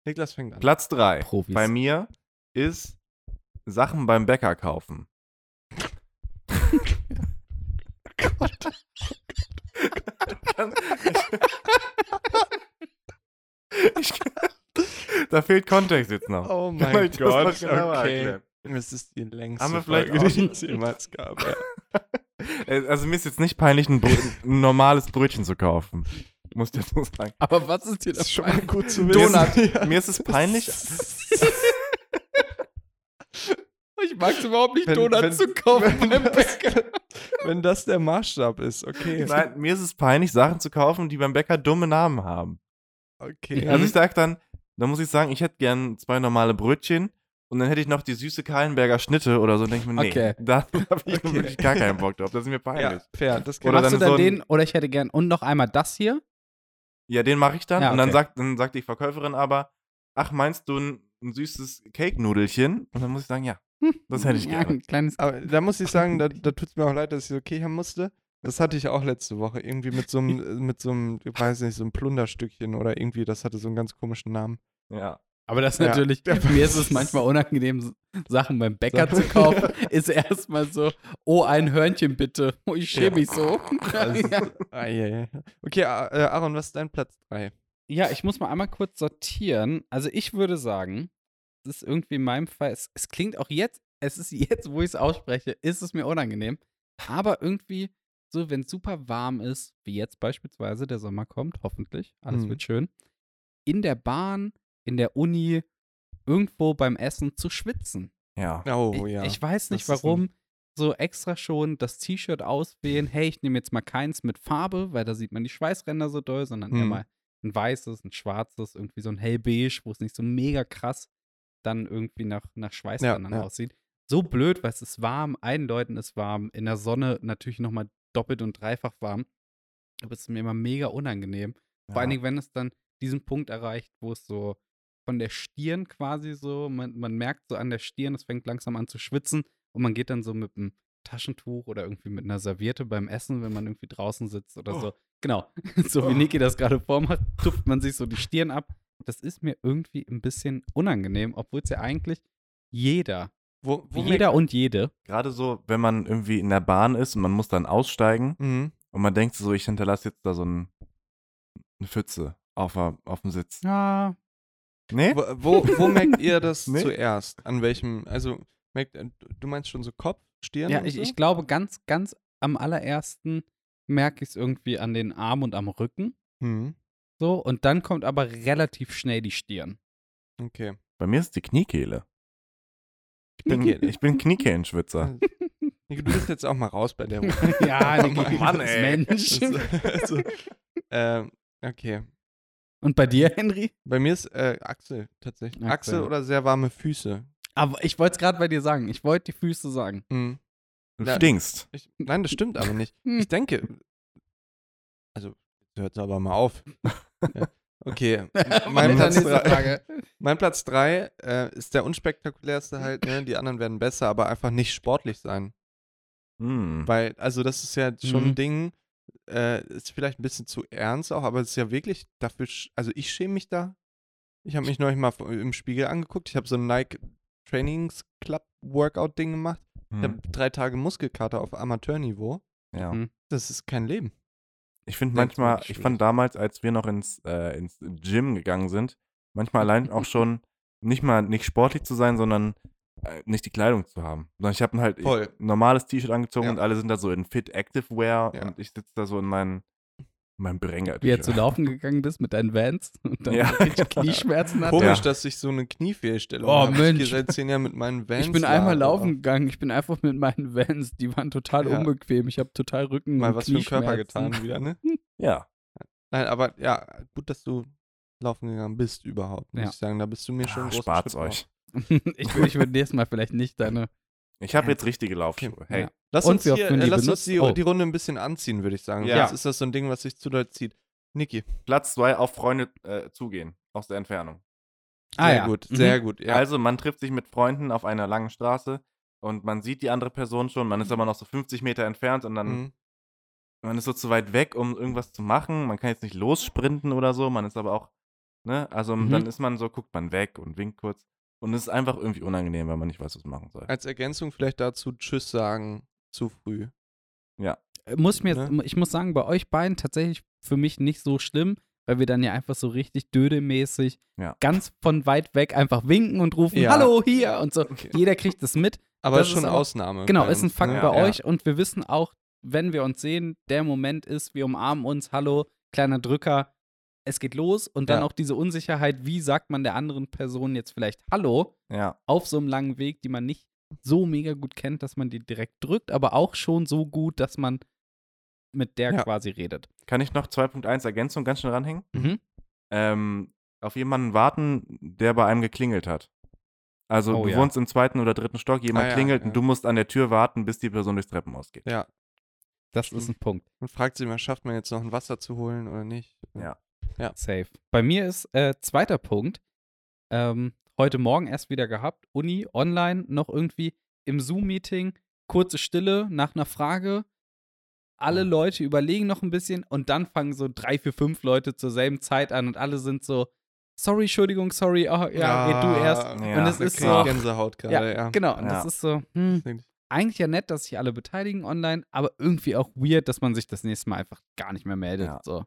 Niklas [LAUGHS] fängt an. Also, Platz 3 Profis. bei mir ist Sachen beim Bäcker kaufen. [LAUGHS] ich kann, da fehlt Kontext jetzt noch. Oh Weil mein ich das Gott, noch genauer okay. erklären. Es ist die längste Haben wir vielleicht Folge, auch- die es jemals gab. Ja. Äh, Also mir ist jetzt nicht peinlich, ein, Brö- ein normales Brötchen zu kaufen. Muss ich jetzt nur sagen. aber was ist dir das schon mal gut zu Donut. Ja. Mir ist [LAUGHS] es peinlich. [LAUGHS] Ich mag es überhaupt nicht, Wenn- Donuts wenn- zu [LAUGHS] kaufen beim Bäcker. Wenn das der Maßstab ist, okay. Nein, mir ist es peinlich, Sachen zu kaufen, die beim Bäcker dumme Namen haben. Okay. Mhm. Also ich sag dann, da muss ich sagen, ich hätte gern zwei normale Brötchen und dann hätte ich noch die süße Kahlenberger Schnitte oder so. Denke ich mir, nee, Okay. da [LAUGHS] habe ich Okay. wirklich gar keinen Bock drauf. Das ist mir ja, peinlich. fair. Das kann Oder Machst du dann dann so ein- den, oder ich hätte gern, und noch einmal das hier? Ja, den mache ich dann. Ja, Und dann okay. sagt, dann sagt die Verkäuferin aber, ach, meinst du ein, ein süßes Cake-Nudelchen? Und dann muss ich sagen, ja, das hätte ich Hm. Ja, gerne. Ein kleines Aber da muss ich sagen, da, da tut es mir auch leid, dass ich es okay haben musste. Das hatte ich auch letzte Woche. Irgendwie mit so [LAUGHS] einem, äh, mit so einem, ich weiß nicht, so einem Plunderstückchen oder irgendwie, das hatte so einen ganz komischen Namen. Ja. Aber das ist Ja. natürlich, mir ist es manchmal [LAUGHS] unangenehm, S- Sachen beim Bäcker zu kaufen, ist erstmal so, oh, ein Hörnchen bitte. Oh, ich schäme mich so. [LAUGHS] ja. Ah, ja, ja. Okay, A- äh, Aaron, was ist dein Platz 3? ja, ich muss mal einmal kurz sortieren. Also ich würde sagen, es ist irgendwie in meinem Fall, es, es klingt auch jetzt, es ist jetzt, wo ich es ausspreche, ist es mir unangenehm. Aber irgendwie, so wenn es super warm ist, wie jetzt beispielsweise, der Sommer kommt, hoffentlich, alles Mhm. wird schön, in der Bahn, in der Uni, irgendwo beim Essen zu schwitzen. Ja. Oh, Ich- ja. Ich weiß nicht, Das ist warum so extra schon das T-Shirt auswählen. Hey, ich nehme jetzt mal keins mit Farbe, weil da sieht man die Schweißränder so doll, sondern eher Hm. mal ein weißes, ein schwarzes, irgendwie so ein hellbeige, wo es nicht so mega krass dann irgendwie nach, nach Schweißrändern Ja, ja. aussieht. So blöd, weil es ist warm, eindeutend ist warm, in der Sonne natürlich nochmal doppelt und dreifach warm. Aber es ist mir immer mega unangenehm. Vor allen Dingen, wenn es dann diesen Punkt erreicht, wo es so von der Stirn quasi so, man, man merkt so an der Stirn, es fängt langsam an zu schwitzen und man geht dann so mit einem Taschentuch oder irgendwie mit einer Serviette beim Essen, wenn man irgendwie draußen sitzt oder so. Genau, [LAUGHS] so wie Niki das gerade vormacht, tupft man sich so die Stirn ab. Das ist mir irgendwie ein bisschen unangenehm, obwohl es ja eigentlich jeder, Wo, wo jeder und jede, Gerade so, wenn man irgendwie in der Bahn ist und man muss dann aussteigen Mhm. und man denkt so, ich hinterlasse jetzt da so ein, eine Pfütze auf, der- auf dem Sitz. ja, Nee? Wo, wo, wo [LAUGHS] merkt ihr das Nee. zuerst? An welchem, also merkt, du meinst schon so Kopf, Stirn? Ja, und ich, so? ich glaube, ganz, ganz am allerersten merke ich es irgendwie an den Armen und am Rücken. Hm, So, und dann kommt aber relativ schnell die [LAUGHS] Stirn. okay. Bei mir ist die Kniekehle. Ich bin, Kniekehle. ich bin [LAUGHS] Kniekehlenschwitzer. Niki, du bist jetzt auch mal raus [LAUGHS] bei der Runde. ja, Niki, Oh Mann, Mann, ey. Mensch. Also, ähm, okay. Und bei dir, Henry? Bei mir ist äh, Achsel tatsächlich. Achsel. Achsel oder sehr warme Füße. Aber ich wollte es gerade bei dir sagen. Ich wollte die Füße sagen. Hm. Du Ja. stinkst. Ich, nein, das stimmt aber nicht. Hm. Ich denke. Also, hört aber mal auf. ja. [LAUGHS] Okay. Mein Weiter, Platz, nächste drei, Frage. [LAUGHS] mein Platz drei äh, ist der unspektakulärste halt. Ne? Die anderen werden besser, aber einfach nicht sportlich sein. Hm. Weil, also, das ist ja schon Mhm. ein Ding. Äh, ist vielleicht ein bisschen zu ernst auch, aber es ist ja wirklich dafür. sch- Also, ich schäme mich da. Ich habe mich neulich mal vor- im Spiegel angeguckt. Ich habe so ein Nike Trainings Club Workout Ding gemacht. Ich Hm. habe drei Tage Muskelkater auf Amateurniveau. Ja. Hm. Das ist kein Leben. Ich finde Denkst du manchmal, wirklich ich schwierig. fand damals, als wir noch ins, äh, ins Gym gegangen sind, manchmal allein [LAUGHS] auch schon nicht mal nicht sportlich zu sein, sondern äh, nicht die Kleidung zu haben. Sondern ich habe halt Voll. ein normales T-Shirt angezogen Ja. und alle sind da so in Fit Active Wear Ja. und ich sitze da so in meinem mein Brenger. Wie du laufen gegangen bist mit deinen Vans und dann Ja. richtig Knieschmerzen hatte. Komisch, Ja. dass ich so eine Kniefehlstellung Oh, habe. Ich gehe Mensch. seit zehn Jahren mit meinen Vans. [LAUGHS] Ich bin da, einmal aber laufen gegangen. Ich bin einfach mit meinen Vans. Die waren total Ja. unbequem. Ich habe total Rücken. Mal und was für einen Körper Knieschmerzen. getan wieder, [LAUGHS] ne? Ja. Nein, aber ja, gut, dass du laufen gegangen bist überhaupt, muss Ja. ich sagen. Da bist du mir schon Ah, ah, groß. Spart's euch. [LAUGHS] ich wür- ich würde nächstes Mal vielleicht nicht deine. Ich habe jetzt richtige Laufschuhe. Okay. Hey. Ja. Lass Und uns, wir hier, hoffen, äh, die lass uns benutzt- die, Oh. die Runde ein bisschen anziehen, würde ich sagen. Ja. Sonst ist das so ein Ding, was sich zu doll zieht. Niki. Platz zwei auf Freunde äh, zugehen aus der Entfernung. sehr gut, Mhm. sehr gut. Ja. Also man trifft sich mit Freunden auf einer langen Straße und man sieht die andere Person schon, man ist aber noch so 50 Meter entfernt und dann Mhm. man ist so zu weit weg, um irgendwas zu machen. Man kann jetzt nicht lossprinten oder so. Man ist aber auch, ne? Also Mhm. dann ist man so, guckt man weg und winkt kurz. Und es ist einfach irgendwie unangenehm, weil man nicht weiß, was man machen soll. Als Ergänzung vielleicht dazu Tschüss sagen zu früh. muss mir jetzt, Ne? ich muss sagen, bei euch beiden tatsächlich für mich nicht so schlimm, weil wir dann ja einfach so richtig dödemäßig Ja. ganz von weit weg einfach winken und rufen, Ja. Hallo hier und so. Jeder kriegt das mit. Aber Das ist schon ist aber- Ausnahme. Genau, bei ist ein uns, Fakt ne? bei Ja. euch und wir wissen auch, wenn wir uns sehen, der Moment ist, wir umarmen uns, hallo, kleiner Drücker, es geht los und dann Ja. auch diese Unsicherheit, wie sagt man der anderen Person jetzt vielleicht Hallo? Ja. auf so einem langen Weg, die man nicht so mega gut kennt, dass man die direkt drückt, aber auch schon so gut, dass man mit der Ja. quasi redet. Kann ich noch 2.1 Ergänzung ganz schnell ranhängen? Mhm. Ähm, auf jemanden warten, der bei einem geklingelt hat. Also Oh, du ja. wohnst im zweiten oder dritten Stock, jemand Ah, ja, klingelt ja. und du musst an der Tür warten, bis die Person durchs Treppenhaus geht. Ja. Das Stimmt. ist ein Punkt. Man fragt sich immer, schafft man jetzt noch ein Wasser zu holen oder nicht? Ja. Safe. Bei mir ist äh, zweiter Punkt. Ähm, heute Morgen erst wieder gehabt. Uni, online, noch irgendwie im Zoom-Meeting. Kurze Stille nach einer Frage. Alle Leute überlegen noch ein bisschen und dann fangen so drei, vier, fünf Leute zur selben Zeit an und alle sind so, sorry, Entschuldigung, sorry, oh, ja, red du erst. Ja. Und es ist krieg ich so- Gänsehaut gerade, ja. Genau, und das Ja. ist so, hm, Deswegen- eigentlich ja nett, dass sich alle beteiligen online, aber irgendwie auch weird, dass man sich das nächste Mal einfach gar nicht mehr meldet. Ja. So.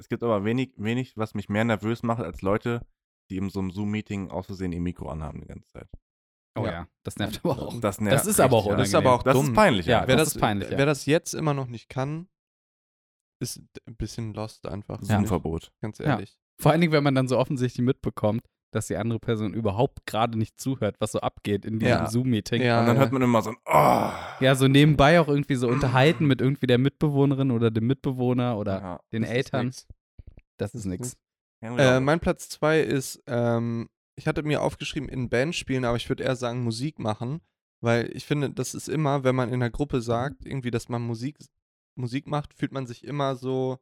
Es gibt aber wenig, wenig, was mich mehr nervös macht, als Leute, die in so einem Zoom-Meeting aus Versehen ihr Mikro anhaben die ganze Zeit. Oh Ja. ja. das nervt aber auch. Das, nervt ist aber richtig, auch ja. Das ist aber auch Das dumm. ist peinlich, Ja, ja. wer das das, ist peinlich, ja. Wer das jetzt immer noch nicht kann, ist ein bisschen lost einfach. Das ist finde ein ich, Verbot. Ganz Ja. ehrlich. Vor allen Dingen, wenn man dann so offensichtlich mitbekommt, dass die andere Person überhaupt gerade nicht zuhört, was so abgeht in diesem Ja. Zoom-Meeting. Ja. Und dann hört man immer so ein Oh. Ja, so nebenbei auch irgendwie so unterhalten mit irgendwie der Mitbewohnerin oder dem Mitbewohner oder Ja. den Das ist Eltern. nix. Das ist nix. Henry Äh, auch. mein Platz 2 ist, ähm, ich hatte mir aufgeschrieben, in Band spielen, aber ich würde eher sagen, Musik machen, weil ich finde, das ist immer, wenn man in einer Gruppe sagt, irgendwie, dass man Musik, Musik macht, fühlt man sich immer so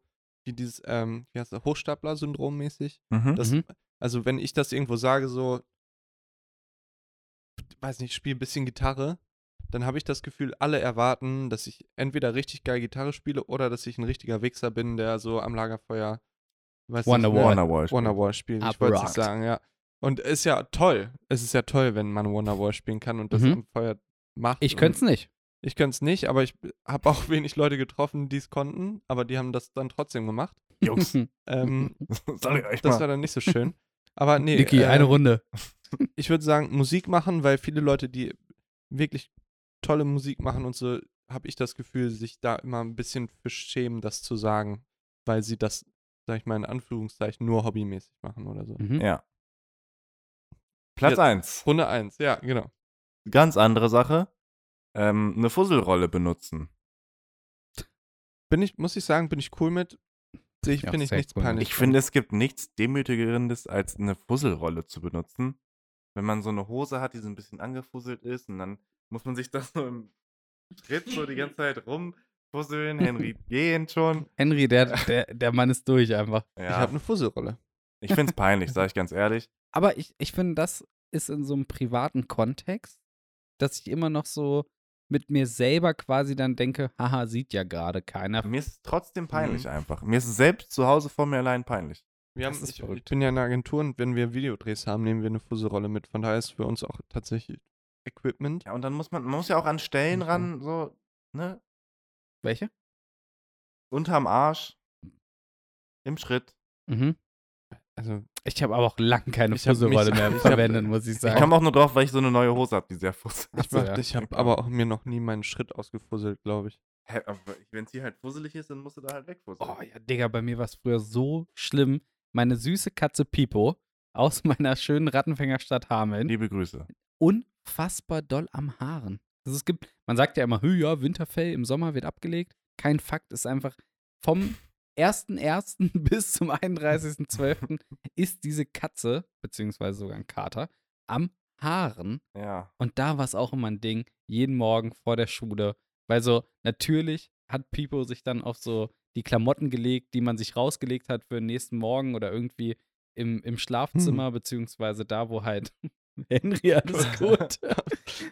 wie dieses, ähm, wie heißt das, Hochstapler-Syndrom mäßig. mhm. Das, Mhm. Also, wenn ich das irgendwo sage, so, weiß nicht, spiele ein bisschen Gitarre, dann habe ich das Gefühl, alle erwarten, dass ich entweder richtig geil Gitarre spiele oder dass ich ein richtiger Wichser bin, der so am Lagerfeuer. weiß nicht, Wonderwall. ne, Wonderwall. spielt. Wonderwall spielen. Ich Up wollte es rocked. sagen, ja. Und ist ja toll. Es ist ja toll, wenn man Wonderwall spielen kann und das Mhm. am Feuer macht. Ich Und könnte es nicht. Ich könnte es nicht, aber ich habe auch [LAUGHS] wenig Leute getroffen, die es konnten, aber die haben das dann trotzdem gemacht. [LAUGHS] Jungs, Ähm, sag ich euch das mal. war dann nicht so schön. Aber nee, Niki, äh, eine Runde. ich würde sagen, Musik machen, weil viele Leute, die wirklich tolle Musik machen und so, habe ich das Gefühl, sich da immer ein bisschen für schämen, das zu sagen, weil sie das, sag ich mal, in Anführungszeichen nur hobbymäßig machen oder so. Mhm. Ja. Platz Jetzt. 1. Runde 1, ja, genau. Ganz andere Sache. Ähm, eine Fusselrolle benutzen. Bin ich, muss ich sagen, bin ich cool mit. Ich Ja, finde ich sehr nichts cool mit. peinlich. Ich finde, es gibt nichts Demütigerendes, als eine Fusselrolle zu benutzen. Wenn man so eine Hose hat, die so ein bisschen angefusselt ist und dann muss man sich [LAUGHS] das so im Schritt so die ganze Zeit rumfusseln. Henry gehen schon. Henry, der, der, der Mann ist durch einfach. Ich Ja, habe eine Fusselrolle. ich, ich finde es peinlich, sage ich ganz ehrlich. Aber ich, ich finde, das ist in so einem privaten Kontext, dass ich immer noch so mit mir selber quasi dann denke, haha, sieht ja gerade keiner. Mir ist es trotzdem peinlich Mhm. einfach. Mir ist es selbst zu Hause vor mir allein peinlich. Wir Das haben, ist ich, ich verrückt. bin ja in einer Agentur und wenn wir Videodrehs haben, nehmen wir eine Fusselrolle mit. Von daher ist für uns auch tatsächlich Equipment. Ja, und dann muss man, man muss ja auch an Stellen Mhm. ran, so, ne? Welche? Unterm Arsch. Im Schritt. Mhm. Also, Ich habe aber auch lang keine Ich hab mich- Fusselrolle [LAUGHS] mehr ich hab- verwendet, muss ich Ich sagen. kam auch nur drauf, weil ich so eine neue Hose habe, die sehr fusselig [LAUGHS] ich, so, mach- ja. ich habe aber auch mir noch nie meinen Schritt ausgefusselt, glaube ich. Hä, aber Wenn es hier halt fusselig ist, dann musst du da halt wegfusseln. Oh ja, Digga, bei mir war es früher so schlimm. Meine süße Katze Pipo aus [LAUGHS] meiner schönen Rattenfängerstadt Hameln. Liebe Grüße. Unfassbar doll am Haaren. Also es gibt, man sagt ja immer, "Hö, ja, Winterfell im Sommer wird abgelegt. Kein Fakt, ist einfach vom 1.1. [LAUGHS] bis zum 31.12. ist diese Katze, beziehungsweise sogar ein Kater, am Haaren. Ja. Und da war es auch immer ein Ding, jeden Morgen vor der Schule. Weil so, natürlich hat Pipo sich dann auf so die Klamotten gelegt, die man sich rausgelegt hat für den nächsten Morgen oder irgendwie im, im Schlafzimmer, beziehungsweise da, wo halt [LAUGHS] Henry alles gut.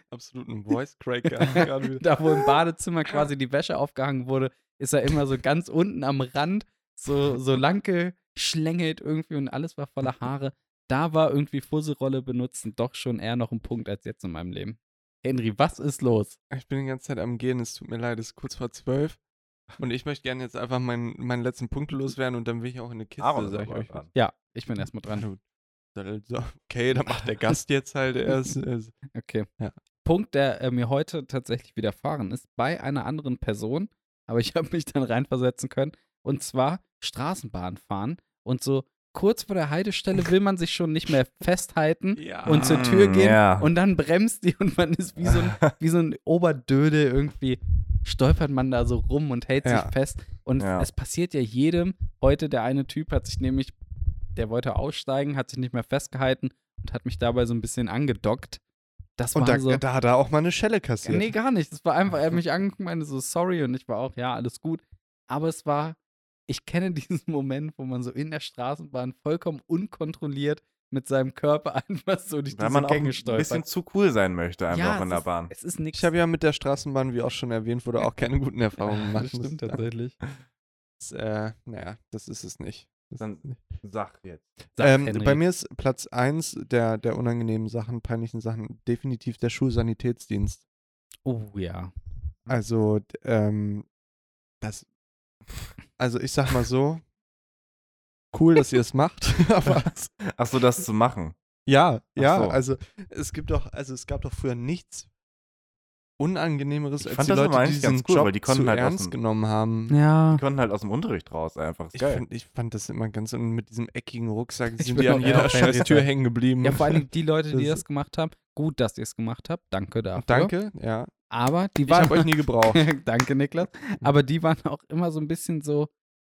Absoluten Voice Crack. [LAUGHS] gerade wieder. da, wo im Badezimmer quasi die Wäsche aufgehangen wurde, ist er immer so ganz unten am Rand, so, so lang geschlängelt irgendwie und alles war voller Haare. Da war irgendwie Fusselrolle benutzen doch schon eher noch ein Punkt als jetzt in meinem Leben. Henry, was ist los? Ich bin die ganze Zeit am Gehen, es tut mir leid, es ist kurz vor zwölf. Und ich möchte gerne jetzt einfach meinen, meinen letzten Punkt loswerden und dann will ich auch in eine Kiste, Aaron ist sag ich aber euch. dran. Ja, ich bin erstmal dran. Gut. Dann- so, Okay, dann macht der Gast jetzt halt erst. erst- [LAUGHS] Okay. Ja. Punkt, der äh, mir heute tatsächlich widerfahren ist, bei einer anderen Person, aber ich [LAUGHS] habe mich dann reinversetzen können, und zwar Straßenbahn fahren und so kurz vor der Haltestelle will man sich schon nicht mehr festhalten [LAUGHS] Ja. und zur Tür Mm, gehen ja. und dann bremst die und man ist wie [LAUGHS] so ein, wie so ein Oberdödel irgendwie, stolpert man da so rum und hält Ja. sich fest und Ja. es passiert ja jedem. Heute der eine Typ hat sich nämlich, der wollte aussteigen, hat sich nicht mehr festgehalten und hat mich dabei so ein bisschen angedockt. Das und war da, so, da hat er auch mal eine Schelle kassiert. nee, gar nicht. Das war einfach, er hat mich angeguckt, meinte so, sorry und ich war auch, ja, alles gut. Aber es war, ich kenne [LAUGHS] diesen Moment, wo man so in der Straßenbahn vollkommen unkontrolliert mit seinem Körper [LAUGHS] einfach so durch Weil diese man auch ein Gänge stolpert. bisschen zu cool sein möchte, einfach ja, auch in es der ist- Bahn. Es ist nichts. Ich habe ja mit der Straßenbahn, wie auch schon erwähnt wurde, auch keine guten Erfahrungen gemacht. [LAUGHS] Das stimmt Oh muss ich sagen. tatsächlich. Das, äh, naja, das ist es nicht. Das Dann- ist es nicht. Sag jetzt. Sag, ähm, Henry. bei mir ist Platz 1 der, der unangenehmen Sachen, peinlichen Sachen, definitiv der Schulsanitätsdienst. Oh ja. Also, d- ähm, das, also ich sag mal so, cool, dass ihr es macht, [LAUGHS] [LAUGHS] aber Achso, das zu machen. ja, Ach ja, so. also es gibt doch, also es gab doch früher nichts Unangenehmeres, Ich als fand die das Leute, immer die eigentlich diesen ganz cool, Job weil die konnten zu halt aus ernst dem- genommen haben. Ja. Die konnten halt aus dem Unterricht raus einfach. Ist Ich, geil. fand, ich fand das immer ganz, und mit diesem eckigen Rucksack Ich sind bin die an auch jeder eher Fan scheiß Tür dieser- hängen geblieben. Ja, vor allem die Leute, die Das- das gemacht haben. Gut, dass ihr es gemacht habt. Danke dafür. Danke, ja. Aber die Ich waren. habe [LAUGHS] euch nie gebraucht. Mhm. Danke, Niklas. Aber die waren auch immer so ein bisschen so,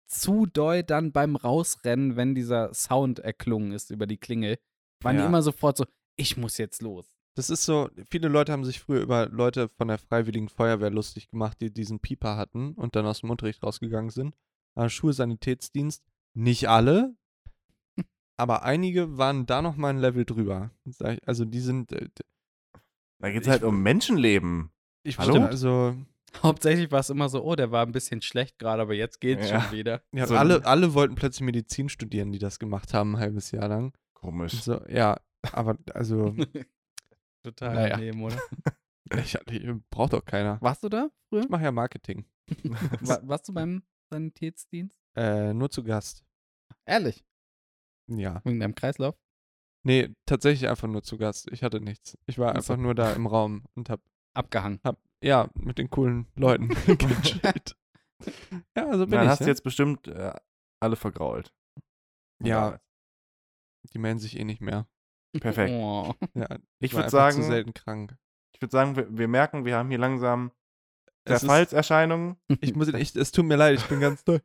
zu doll dann beim Rausrennen, wenn dieser Sound erklungen ist über die Klingel, waren die Ja. immer sofort so, ich muss jetzt los. [LAUGHS] Das ist so, viele Leute haben sich früher über Leute von der Freiwilligen Feuerwehr lustig gemacht, die diesen Pieper hatten und dann aus dem Unterricht rausgegangen sind. Aber Schulsanitätsdienst, nicht alle, aber einige waren da noch mal ein Level drüber. Sag ich- Also die sind, äh, d- Da geht es halt Ich- um Menschenleben. ich Hallo? verstehe, also Hauptsächlich war es immer so, oh, der war ein bisschen schlecht gerade, aber jetzt geht's Ja. schon wieder. ja, So ein- alle, alle wollten plötzlich Medizin studieren, die das gemacht haben, ein halbes Jahr lang. Und Komisch. So, ja, aber [LAUGHS] also, Total Naja. daneben, oder? ich, ich, braucht doch keiner. Warst du da früher? [LAUGHS] Ich mache ja Marketing. Wa- warst du beim Sanitätsdienst? Äh, nur zu Gast. Ehrlich, Ja. wegen deinem Kreislauf? Nee, Ne, tatsächlich einfach nur zu Gast. Ich hatte nichts. Ich war Ach so. einfach nur da im Raum und hab, Abgehangen. hab ja, mit den coolen [LAUGHS] Leuten [LAUGHS] gechillt. ja, also bin Dann ich. hast ne? du jetzt bestimmt äh, alle vergrault. ja, die melden sich eh nicht mehr. [LAUGHS] Perfekt. Oh. Ja, [LAUGHS] Ich würde war einfach sagen, zu selten krank. ich würde sagen, wir, wir merken, wir haben hier langsam Es ist- Zerfallserscheinungen. [LAUGHS] Ich muss, ich, es tut mir leid, ich bin ganz doll.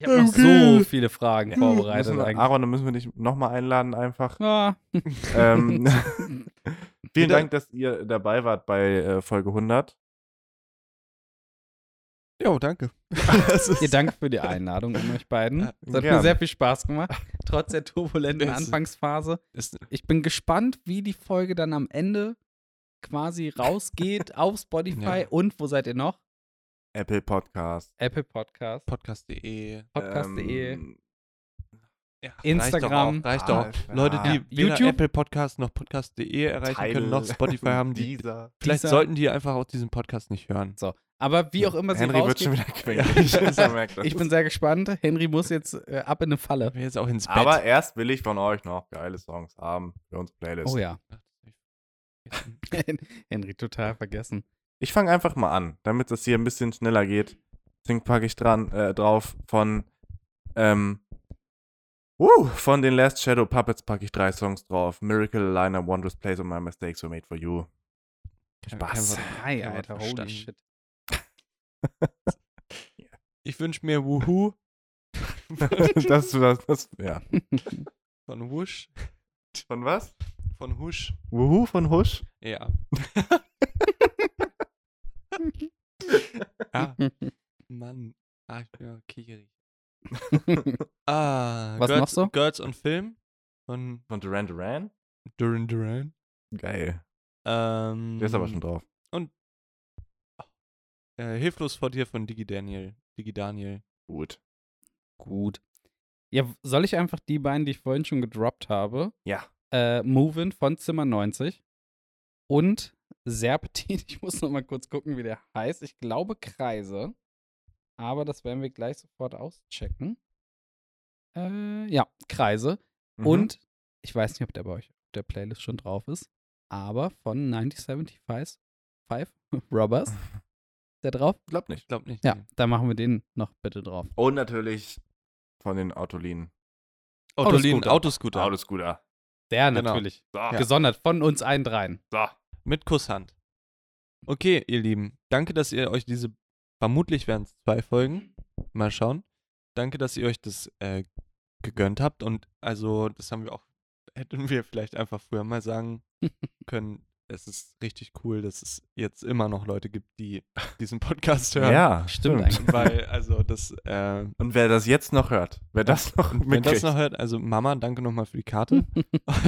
Ich habe noch so viele Fragen vorbereitet Müssen wir- eigentlich. Mhm. Aaron, dann müssen wir dich nochmal einladen einfach. Ah. ähm, [LAUGHS] vielen Jeder- Dank, dass ihr dabei wart bei äh, Folge 100. [LAUGHS] Jo, [LAUGHS] danke. Ihr Dank für die Einladung an euch beiden. Ja, Es hat mir gern. sehr viel Spaß gemacht, trotz der turbulenten Es- Anfangsphase. Ist, Ich bin gespannt, wie die Folge dann am Ende quasi [LAUGHS] rausgeht auf Spotify Ja. und wo seid ihr noch? Apple Podcast. Apple Podcast, Podcast.de. podcast.de, Ähm, Ja, Instagram. Reicht doch. auch, Reicht Ah, doch. Leute, die ja. weder YouTube? Apple Podcast noch Podcast.de erreichen können, noch Tidal, Spotify haben, die. Dieser. Vielleicht Dieser- sollten die einfach auch diesen Podcast nicht hören. aber wie auch immer sie Henry wird schon rausgeht. wieder [LAUGHS] quengelig. Ja. Ich merk das. Ich bin sehr gespannt. Henry muss jetzt äh, ab in eine Falle. Wir jetzt auch ins Bett. Aber erst will ich von euch noch geile Songs haben für unsere Playlist. Oh ja, [LAUGHS] Henry total vergessen. Ich fange einfach mal an, damit das hier ein bisschen schneller geht. Deswegen packe ich dran, äh, drauf von ähm, uh, von den Last Shadow Puppets packe ich drei Songs drauf. Miracle Liner, Wondrous Place und My Mistakes Were Made for You. [LAUGHS] Spaß. Hi, Ja, Alter, holy verstanden. shit. Ich wünsche mir Wuhu das, das, das, ja. von Wush. Von was? Von Husch. Wuhu von Husch? [LAUGHS] Ja. ah, Mann. Ah, ich bin ja [LAUGHS] kicherig. Ah, Was Girls, noch so? Girls on Film von Von Duran Duran? Duran Duran. Geil. Ähm, Der ist aber schon drauf. Äh, Hilflos vor dir von Digi Daniel. Digi Daniel. Gut. Gut. Ja, w- soll ich einfach die beiden, die ich vorhin schon gedroppt habe, Ja. äh, Movin von Zimmer 90 und Serpentin, [LAUGHS] ich muss noch mal kurz gucken, wie der heißt. Ich glaube Kreise, aber das werden wir gleich sofort auschecken. Äh, ja, Kreise Mhm. und ich weiß nicht, ob der bei euch auf der Playlist schon drauf ist, aber von 1975 Five [LAUGHS] Robbers ist der drauf. Glaub nicht. Ich glaube nicht. Ja, nee. da machen wir den noch bitte drauf. Und natürlich von den Autolinen. Autolin, Autoscooter. Autoscooter. Autoscooter. Der Genau. natürlich. So. Gesondert von uns allen dreien. so. Mit Kusshand. Okay, ihr Lieben, danke, dass ihr euch diese, vermutlich werden es zwei Folgen, mal schauen. Danke, dass ihr euch das äh, gegönnt habt und also, das haben wir auch, [LAUGHS] hätten wir vielleicht einfach früher [LAUGHS] mal sagen können, es ist richtig cool, dass es jetzt immer noch Leute gibt, die [LAUGHS] diesen Podcast hören. Ja, Stimmt stimmt. [LAUGHS] eigentlich. Weil, also, das, äh, Und wer das jetzt noch hört, wer das noch wenn mitkriegt, das noch hört, also Mama, danke nochmal für [LAUGHS] die Karte.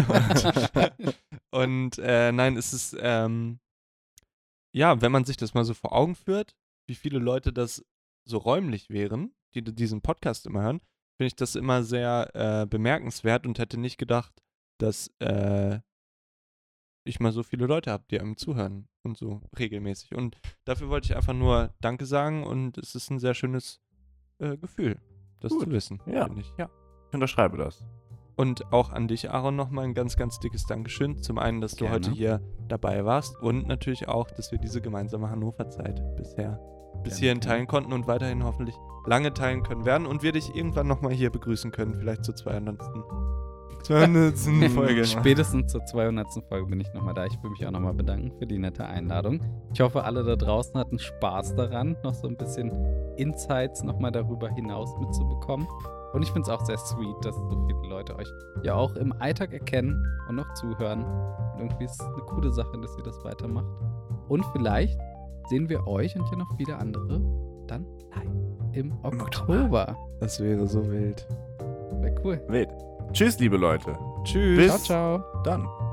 und und äh, nein, es ist, ähm, ja, wenn man sich das mal so vor Augen führt, wie viele Leute das so räumlich wären, die d- diesen Podcast immer hören, finde ich das immer sehr äh, bemerkenswert und hätte nicht gedacht, dass äh, ich mal so viele Leute habe, die einem zuhören und so regelmäßig. Und dafür wollte ich einfach nur Danke sagen und es ist ein sehr schönes äh, Gefühl, das Gut. zu wissen, Ja. finde ich. Ja. ich unterschreibe das. Und auch an dich, Aaron, nochmal ein ganz, ganz dickes Dankeschön. Zum einen, dass du Gerne. heute hier dabei warst und natürlich auch, dass wir diese gemeinsame Hannover-Zeit bisher bis Gerne, hierhin gerne. teilen konnten und weiterhin hoffentlich [LAUGHS] lange teilen können werden und wir dich irgendwann nochmal hier begrüßen können, vielleicht zur 200. hundertsten Folge. Spätestens zur 200. Folge bin ich nochmal da. Ich will mich auch nochmal bedanken für die nette Einladung. Ich hoffe, alle da draußen hatten Spaß daran, noch so ein bisschen Insights nochmal darüber hinaus mitzubekommen. Und ich finde es auch sehr sweet, dass so viele Leute euch ja auch im Alltag erkennen und noch zuhören. Und irgendwie ist es eine coole Sache, dass ihr das weitermacht. Und vielleicht sehen wir euch und ja noch viele andere dann live im Oktober. Das wäre so wild. Wäre cool. Wild. Tschüss, liebe Leute. Tschüss. Bis- Ciao, ciao. Dann.